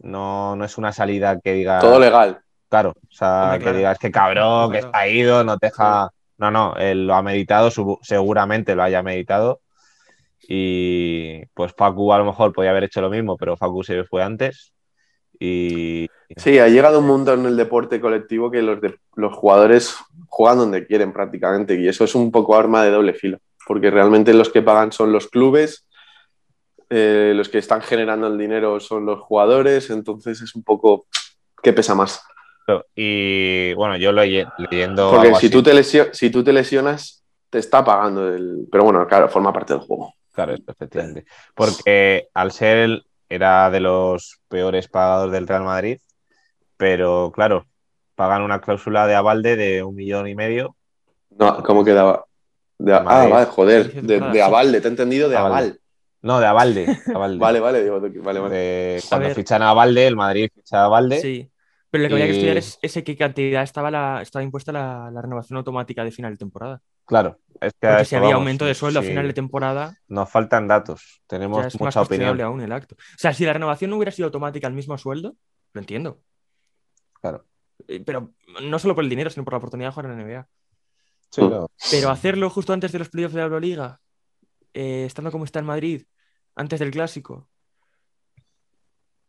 Speaker 2: No, no es una salida que diga.
Speaker 3: Todo legal.
Speaker 2: Claro, o sea,
Speaker 4: Hombre,
Speaker 2: que
Speaker 4: claro.
Speaker 2: digas que cabrón, que
Speaker 4: Claro.
Speaker 2: está ido, no te deja. No, no, él lo ha meditado, su- seguramente lo haya meditado. Y pues Facu a lo mejor podía haber hecho lo mismo, pero Facu se fue antes. Y
Speaker 3: Sí, ha llegado un mundo en el deporte colectivo que los, de- los jugadores juegan donde quieren prácticamente y eso es un poco arma de doble filo, porque realmente los que pagan son los clubes, eh, los que están generando el dinero son los jugadores, entonces es un poco que pesa más.
Speaker 2: y, bueno, yo lo ye- leyendo.
Speaker 3: Porque
Speaker 2: algo
Speaker 3: si
Speaker 2: así,
Speaker 3: tú, te lesio- si tú te lesionas, te está pagando el... Pero bueno, claro, forma parte del juego.
Speaker 2: Claro, eso, efectivamente. Porque al ser el- era de los peores pagados del Real Madrid, pero claro, pagan una cláusula de abalde de un millón y medio.
Speaker 3: No, ¿cómo quedaba? De- ah,
Speaker 2: Madre.
Speaker 3: vale, joder, de,
Speaker 4: Nada,
Speaker 3: de
Speaker 4: sí. Ah,
Speaker 3: avalde, te he entendido de
Speaker 2: Avalde.
Speaker 3: aval.
Speaker 2: No, de abalde. de abalde.
Speaker 3: [laughs] Vale, vale, digo, vale, vale.
Speaker 2: Eh, cuando
Speaker 4: ver.
Speaker 2: fichan a Valde, el Madrid ficha a Valde.
Speaker 4: Sí. Pero lo que había que
Speaker 2: Y-
Speaker 4: estudiar es ese qué cantidad estaba, la, estaba impuesta la, la renovación automática de final de temporada.
Speaker 2: Claro, es que a
Speaker 4: Porque
Speaker 2: eso
Speaker 4: si había
Speaker 2: vamos,
Speaker 4: aumento de sueldo
Speaker 2: sí.
Speaker 4: a final de temporada,
Speaker 2: Nos faltan datos,
Speaker 4: ya
Speaker 2: tenemos
Speaker 4: es más
Speaker 2: mucha opinión.
Speaker 4: cuestionable aún el acto. O sea, si la renovación no hubiera sido automática al mismo sueldo, lo entiendo.
Speaker 2: Claro.
Speaker 4: Eh, Pero no solo por el dinero, sino por la oportunidad de jugar en la NBA.
Speaker 2: Sí, no,
Speaker 4: Pero hacerlo justo antes de los playoffs de la Euroliga, eh, estando como está en Madrid, antes del clásico,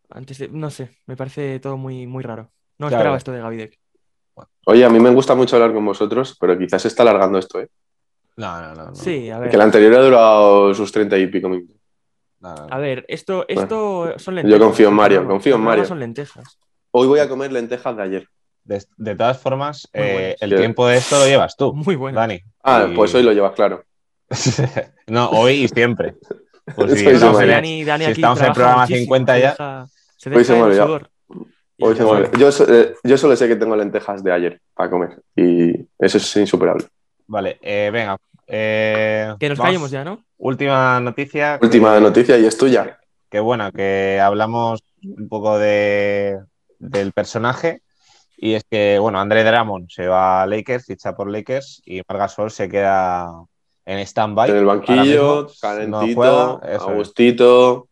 Speaker 4: antes de. No sé, me parece todo muy, muy raro. No
Speaker 2: Claro.
Speaker 4: esperaba esto de Gavidec.
Speaker 3: Oye, a mí me gusta mucho hablar con vosotros, pero quizás se está alargando esto, ¿eh?
Speaker 2: no, no, no, no,
Speaker 4: Sí, a ver.
Speaker 3: Que el anterior ha durado sus treinta y pico minutos.
Speaker 2: no, no, no.
Speaker 4: A ver, esto, esto son lentejas.
Speaker 3: yo confío en Mario,
Speaker 4: Los programas-
Speaker 3: confío en
Speaker 4: los programas
Speaker 3: Mario.
Speaker 4: Son lentejas.
Speaker 3: Hoy voy a comer lentejas de ayer.
Speaker 2: De, de todas formas,
Speaker 4: Muy
Speaker 2: eh,
Speaker 4: buenas.
Speaker 2: el
Speaker 3: Sí.
Speaker 2: tiempo de esto lo llevas tú,
Speaker 4: Muy buenas.
Speaker 2: Dani.
Speaker 3: Ah,
Speaker 2: Y-
Speaker 3: pues hoy lo llevas, claro.
Speaker 2: [laughs] no, hoy y siempre. Pues
Speaker 3: Hoy
Speaker 2: sí,
Speaker 3: se me
Speaker 2: estamos
Speaker 3: olvidó.
Speaker 2: en el-
Speaker 4: Dani, Dani
Speaker 2: si
Speaker 4: aquí
Speaker 2: estamos en el
Speaker 4: trabaja
Speaker 2: programa
Speaker 4: muchísimo,
Speaker 2: 50
Speaker 4: se
Speaker 2: ya.
Speaker 4: deja- se
Speaker 3: Hoy se
Speaker 4: deja
Speaker 3: me
Speaker 4: el
Speaker 3: olvidó.
Speaker 4: sudor. Y
Speaker 3: Hoy se
Speaker 4: el
Speaker 3: me
Speaker 4: sudor.
Speaker 3: olvidó. yo, so- eh, yo solo sé que tengo lentejas de ayer para comer y eso es insuperable.
Speaker 2: Vale, eh, venga. eh,
Speaker 4: Que nos
Speaker 2: vamos.
Speaker 4: callemos ya, ¿no?
Speaker 2: Última noticia.
Speaker 3: Última noticia y es tuya.
Speaker 2: que bueno, que hablamos un poco de, del personaje. Y es que, bueno, André Drummond se va a Lakers, ficha por Lakers, y Marc Gasol se queda en stand-by.
Speaker 3: En el
Speaker 2: Ahora
Speaker 3: banquillo,
Speaker 2: mismo, no
Speaker 3: calentito,
Speaker 2: juega, eso
Speaker 3: a
Speaker 2: es.
Speaker 3: gustito.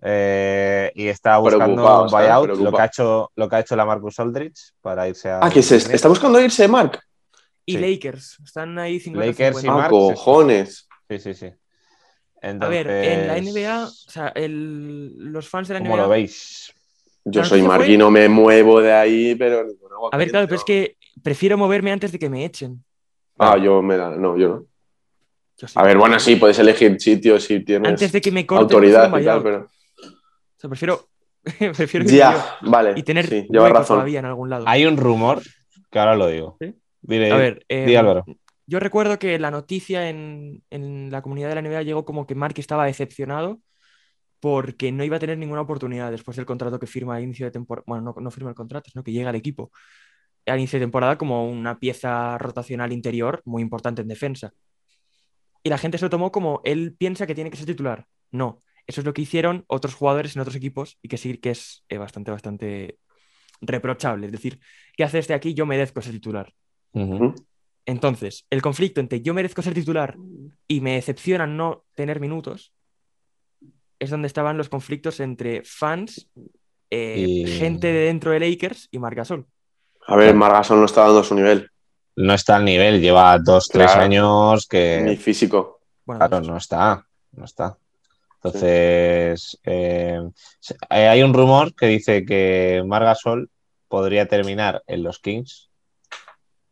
Speaker 2: Eh, y está buscando
Speaker 3: Preocupado,
Speaker 2: un
Speaker 3: ¿sabes?
Speaker 2: buyout, lo
Speaker 3: Preocupado.
Speaker 2: que, ha hecho, lo que ha hecho la Marcus Aldridge para irse a.
Speaker 3: Ah, ¿qué es esto? ¿Está buscando irse, Mark?
Speaker 4: Y
Speaker 2: Sí.
Speaker 4: Lakers. Están ahí 50
Speaker 2: Lakers y
Speaker 3: Ah,
Speaker 2: Mark,
Speaker 3: cojones.
Speaker 2: Sí, sí, sí.
Speaker 4: A ver, en la
Speaker 2: Entonces,
Speaker 4: NBA, o sea, el- los fans de la
Speaker 2: ¿Cómo lo
Speaker 4: NBA.
Speaker 2: veis?
Speaker 3: Yo
Speaker 4: La
Speaker 3: soy
Speaker 4: noticia
Speaker 3: Mark
Speaker 4: fue-
Speaker 3: y no me muevo de ahí, pero...
Speaker 4: A ver, claro, pero es que prefiero moverme antes de que me echen.
Speaker 3: Ah, yo me da... No, yo no.
Speaker 4: Yo sí.
Speaker 3: A ver, bueno, sí, puedes elegir sitio si tienes
Speaker 4: Antes de que me corten
Speaker 3: autoridad
Speaker 4: prefiero
Speaker 3: y tal,
Speaker 4: buyout.
Speaker 3: pero...
Speaker 4: O sea, prefiero, prefiero [laughs] irme yo
Speaker 3: Ya, vale.
Speaker 4: y tener
Speaker 3: sí, llevas
Speaker 4: hueco
Speaker 3: razón.
Speaker 4: todavía en algún lado.
Speaker 2: Hay un rumor que ahora lo digo.
Speaker 4: ¿Sí?
Speaker 2: Dile,
Speaker 4: A ver, eh,
Speaker 2: di, Álvaro.
Speaker 4: yo recuerdo que la noticia en, en la comunidad de la NBA llegó como que Mark estaba decepcionado porque no iba a tener ninguna oportunidad después del contrato que firma a inicio de temporada. Bueno, no, no firma el contrato, sino que llega al equipo a inicio de temporada como una pieza rotacional interior muy importante en defensa. Y la gente se lo tomó como él piensa que tiene que ser titular. No, eso es lo que hicieron otros jugadores en otros equipos y que sí que es eh, bastante, bastante reprochable. Es decir, ¿qué hace este aquí? Yo merezco ser titular.
Speaker 2: Ujú.
Speaker 3: Ujú.
Speaker 4: Entonces, el conflicto entre yo merezco ser titular y me decepciona no tener minutos es donde estaban los conflictos entre fans, eh,
Speaker 2: Y-
Speaker 4: gente de dentro de Lakers y Marc Gasol.
Speaker 3: A ver, Margasol no está dando su nivel,
Speaker 2: no está al nivel, lleva dos, tres
Speaker 3: Claro.
Speaker 2: años que
Speaker 3: ni físico.
Speaker 4: Bueno, pues,
Speaker 2: claro, no está, no está. Entonces, eh, se- eh, hay un rumor que dice que Margasol podría terminar en los Kings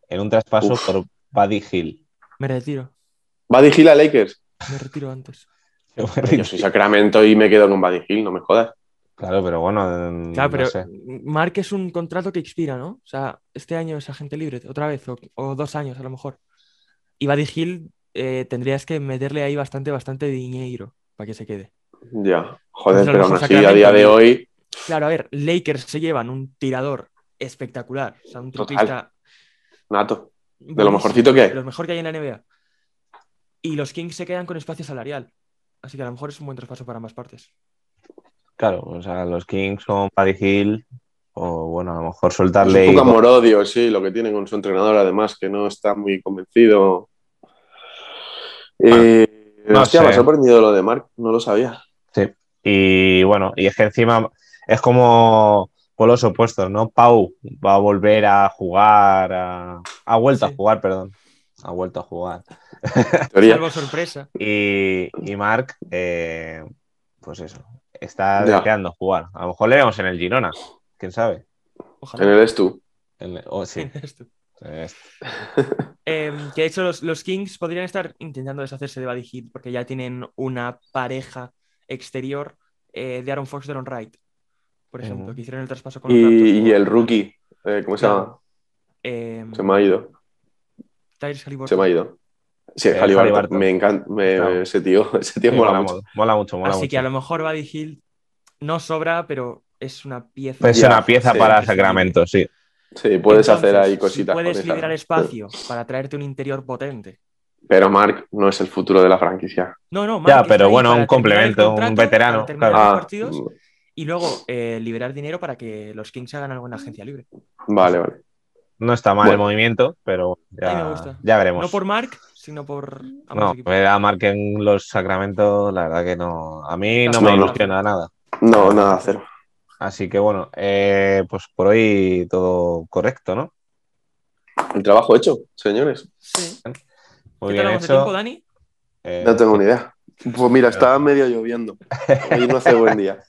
Speaker 2: en un traspaso
Speaker 3: Uf.
Speaker 2: por Buddy Hill.
Speaker 4: me retiro,
Speaker 3: Buddy Hill a Lakers.
Speaker 4: me
Speaker 2: [laughs]
Speaker 4: retiro antes.
Speaker 3: Yo soy Sacramento y me quedo con Buddy Hill, no me jodas.
Speaker 2: Claro, pero bueno, mm,
Speaker 4: Claro,
Speaker 2: no
Speaker 4: pero
Speaker 2: sé.
Speaker 4: Marc es un contrato que expira, ¿no? O sea, este año es agente libre, otra vez, o, o dos años a lo mejor. Y Buddy Hill eh, tendrías que meterle ahí bastante, bastante dinero para que se quede.
Speaker 3: Ya, joder,
Speaker 4: Pues
Speaker 3: pero
Speaker 4: a lo mejor
Speaker 3: aún así, a
Speaker 4: Sacramento
Speaker 3: día de
Speaker 4: ni-
Speaker 3: hoy,
Speaker 4: Claro, a ver, Lakers se llevan un tirador espectacular, o sea, un
Speaker 3: Total.
Speaker 4: triplista
Speaker 3: nato.
Speaker 4: buenísimo,
Speaker 3: lo mejorcito que hay.
Speaker 4: de lo mejor que hay en la NBA. Y los Kings se quedan con espacio salarial, así que a lo mejor es un buen traspaso para ambas partes.
Speaker 2: Claro, o sea, los Kings con Buddy Hill O bueno, a lo mejor soltarle.
Speaker 3: Es un poco amor odio, sí, lo que tiene con su entrenador, además, que no está muy convencido. Eh,
Speaker 2: no
Speaker 3: hostia,
Speaker 2: sé.
Speaker 3: me ha sorprendido lo de Mark, no lo
Speaker 4: [laughs]
Speaker 3: sabía.
Speaker 2: Y bueno, y es que encima es como por los opuestos, ¿no? Pau va a volver a jugar, a- ha vuelto
Speaker 4: Sí.
Speaker 2: a jugar, perdón. Ha vuelto a jugar.
Speaker 3: En teoría.
Speaker 4: Salvo sorpresa.
Speaker 2: Y, y Marc, eh, pues eso, está
Speaker 3: Ya.
Speaker 2: deseando jugar. A lo mejor le vemos en el Girona, quién sabe.
Speaker 3: En
Speaker 4: Ojalá.
Speaker 3: el Estu.
Speaker 2: En- o sí,
Speaker 4: [laughs] Esto.
Speaker 2: eh,
Speaker 4: Em, que de hecho los, los Kings podrían estar intentando deshacerse de Buddy Hield porque ya tienen una pareja exterior eh, de Aaron Fox de Aaron Wright, por
Speaker 2: Ujú.
Speaker 4: ejemplo, que hicieron el traspaso con los Raptors.
Speaker 3: Em. Y, y el rookie, eh, ¿cómo se llama?
Speaker 4: Claro. Em,
Speaker 3: Se me ha ido.
Speaker 4: Tyrese Halliburton.
Speaker 3: Se me ha ido. Sí,
Speaker 2: Eh,
Speaker 3: Halliburton.
Speaker 2: Halliburton.
Speaker 3: Me encanta. me-
Speaker 2: Claro.
Speaker 3: Ese tío, [laughs] ese tío
Speaker 2: sí,
Speaker 3: mola,
Speaker 2: mola,
Speaker 3: mucho.
Speaker 2: mo- mola mucho, mola
Speaker 4: Así
Speaker 2: mucho.
Speaker 4: que a lo mejor Buddy Hield no sobra, pero es una pieza.
Speaker 2: Es
Speaker 3: Ya,
Speaker 2: una pieza
Speaker 3: sí.
Speaker 2: para Sacramento, sí.
Speaker 3: Sí, puedes
Speaker 4: Entonces,
Speaker 3: hacer ahí
Speaker 4: si
Speaker 3: cositas. con
Speaker 4: puedes
Speaker 3: esa.
Speaker 4: liberar espacio para traerte un interior potente.
Speaker 3: Pero Mark no es el futuro de la franquicia.
Speaker 4: No, no,
Speaker 2: Ya,
Speaker 4: Mark
Speaker 2: pero
Speaker 4: está ahí
Speaker 2: bueno, un
Speaker 4: para terminar el
Speaker 2: complemento, un
Speaker 4: contrato,
Speaker 2: veterano,
Speaker 4: para terminar
Speaker 2: claro.
Speaker 4: los
Speaker 3: Ah,
Speaker 4: partidos y luego eh, liberar dinero para que los Kings hagan alguna agencia libre.
Speaker 3: vale, vale.
Speaker 2: No está mal el
Speaker 3: Bueno.
Speaker 2: movimiento, pero
Speaker 4: Ay, me
Speaker 2: ya,
Speaker 4: gusta.
Speaker 2: ya veremos.
Speaker 4: No por Mark, sino por ambos
Speaker 2: No, pues,
Speaker 4: equipos.
Speaker 2: ver a Mark en los Sacramentos, la verdad que no. A mí no me
Speaker 3: No, no.
Speaker 2: ilusiona nada.
Speaker 3: No, nada, cero.
Speaker 2: Así que bueno, eh, pues por hoy todo correcto, ¿no?
Speaker 3: El trabajo hecho, señores.
Speaker 4: Sí.
Speaker 2: Muy
Speaker 4: ¿Qué
Speaker 2: bien
Speaker 4: tal vamos de tiempo,
Speaker 2: hecho.
Speaker 4: Dani?
Speaker 2: Eh,
Speaker 3: No tengo ni idea. Pues mira, estaba medio lloviendo. Hoy no hace buen [laughs] día.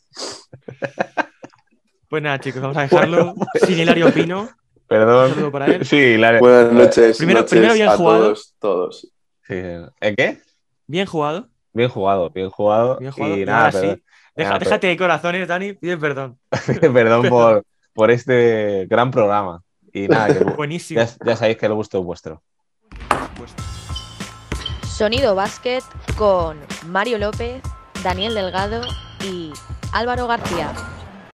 Speaker 4: Pues nada, chicos, vamos a dejarlo
Speaker 3: pues.
Speaker 4: sin
Speaker 2: [laughs]
Speaker 4: Hilario Pino. Un saludo
Speaker 2: Perdón.
Speaker 4: para él.
Speaker 2: Sí, la...
Speaker 3: Buenas noches.
Speaker 4: Primero-
Speaker 3: noches
Speaker 4: primero bien
Speaker 3: a
Speaker 4: jugado.
Speaker 3: todos, todos.
Speaker 2: sí. ¿Eh, ¿Qué?
Speaker 4: Bien jugado.
Speaker 2: Bien jugado, bien jugado.
Speaker 4: Bien jugado. Ah,
Speaker 2: Y
Speaker 4: Y
Speaker 2: nada,
Speaker 4: ahora
Speaker 2: perdón,
Speaker 4: sí. Deja-
Speaker 2: nada, pero-
Speaker 4: déjate de corazones, Dani. Pide perdón.
Speaker 2: [laughs]
Speaker 4: [laughs]
Speaker 2: perdón por, por este gran programa. Y nada, que
Speaker 4: Buenísimo.
Speaker 2: ya, ya sabéis que el gusto es vuestro.
Speaker 1: Sonido Basket con Mario López, Daniel Delgado y Álvaro García.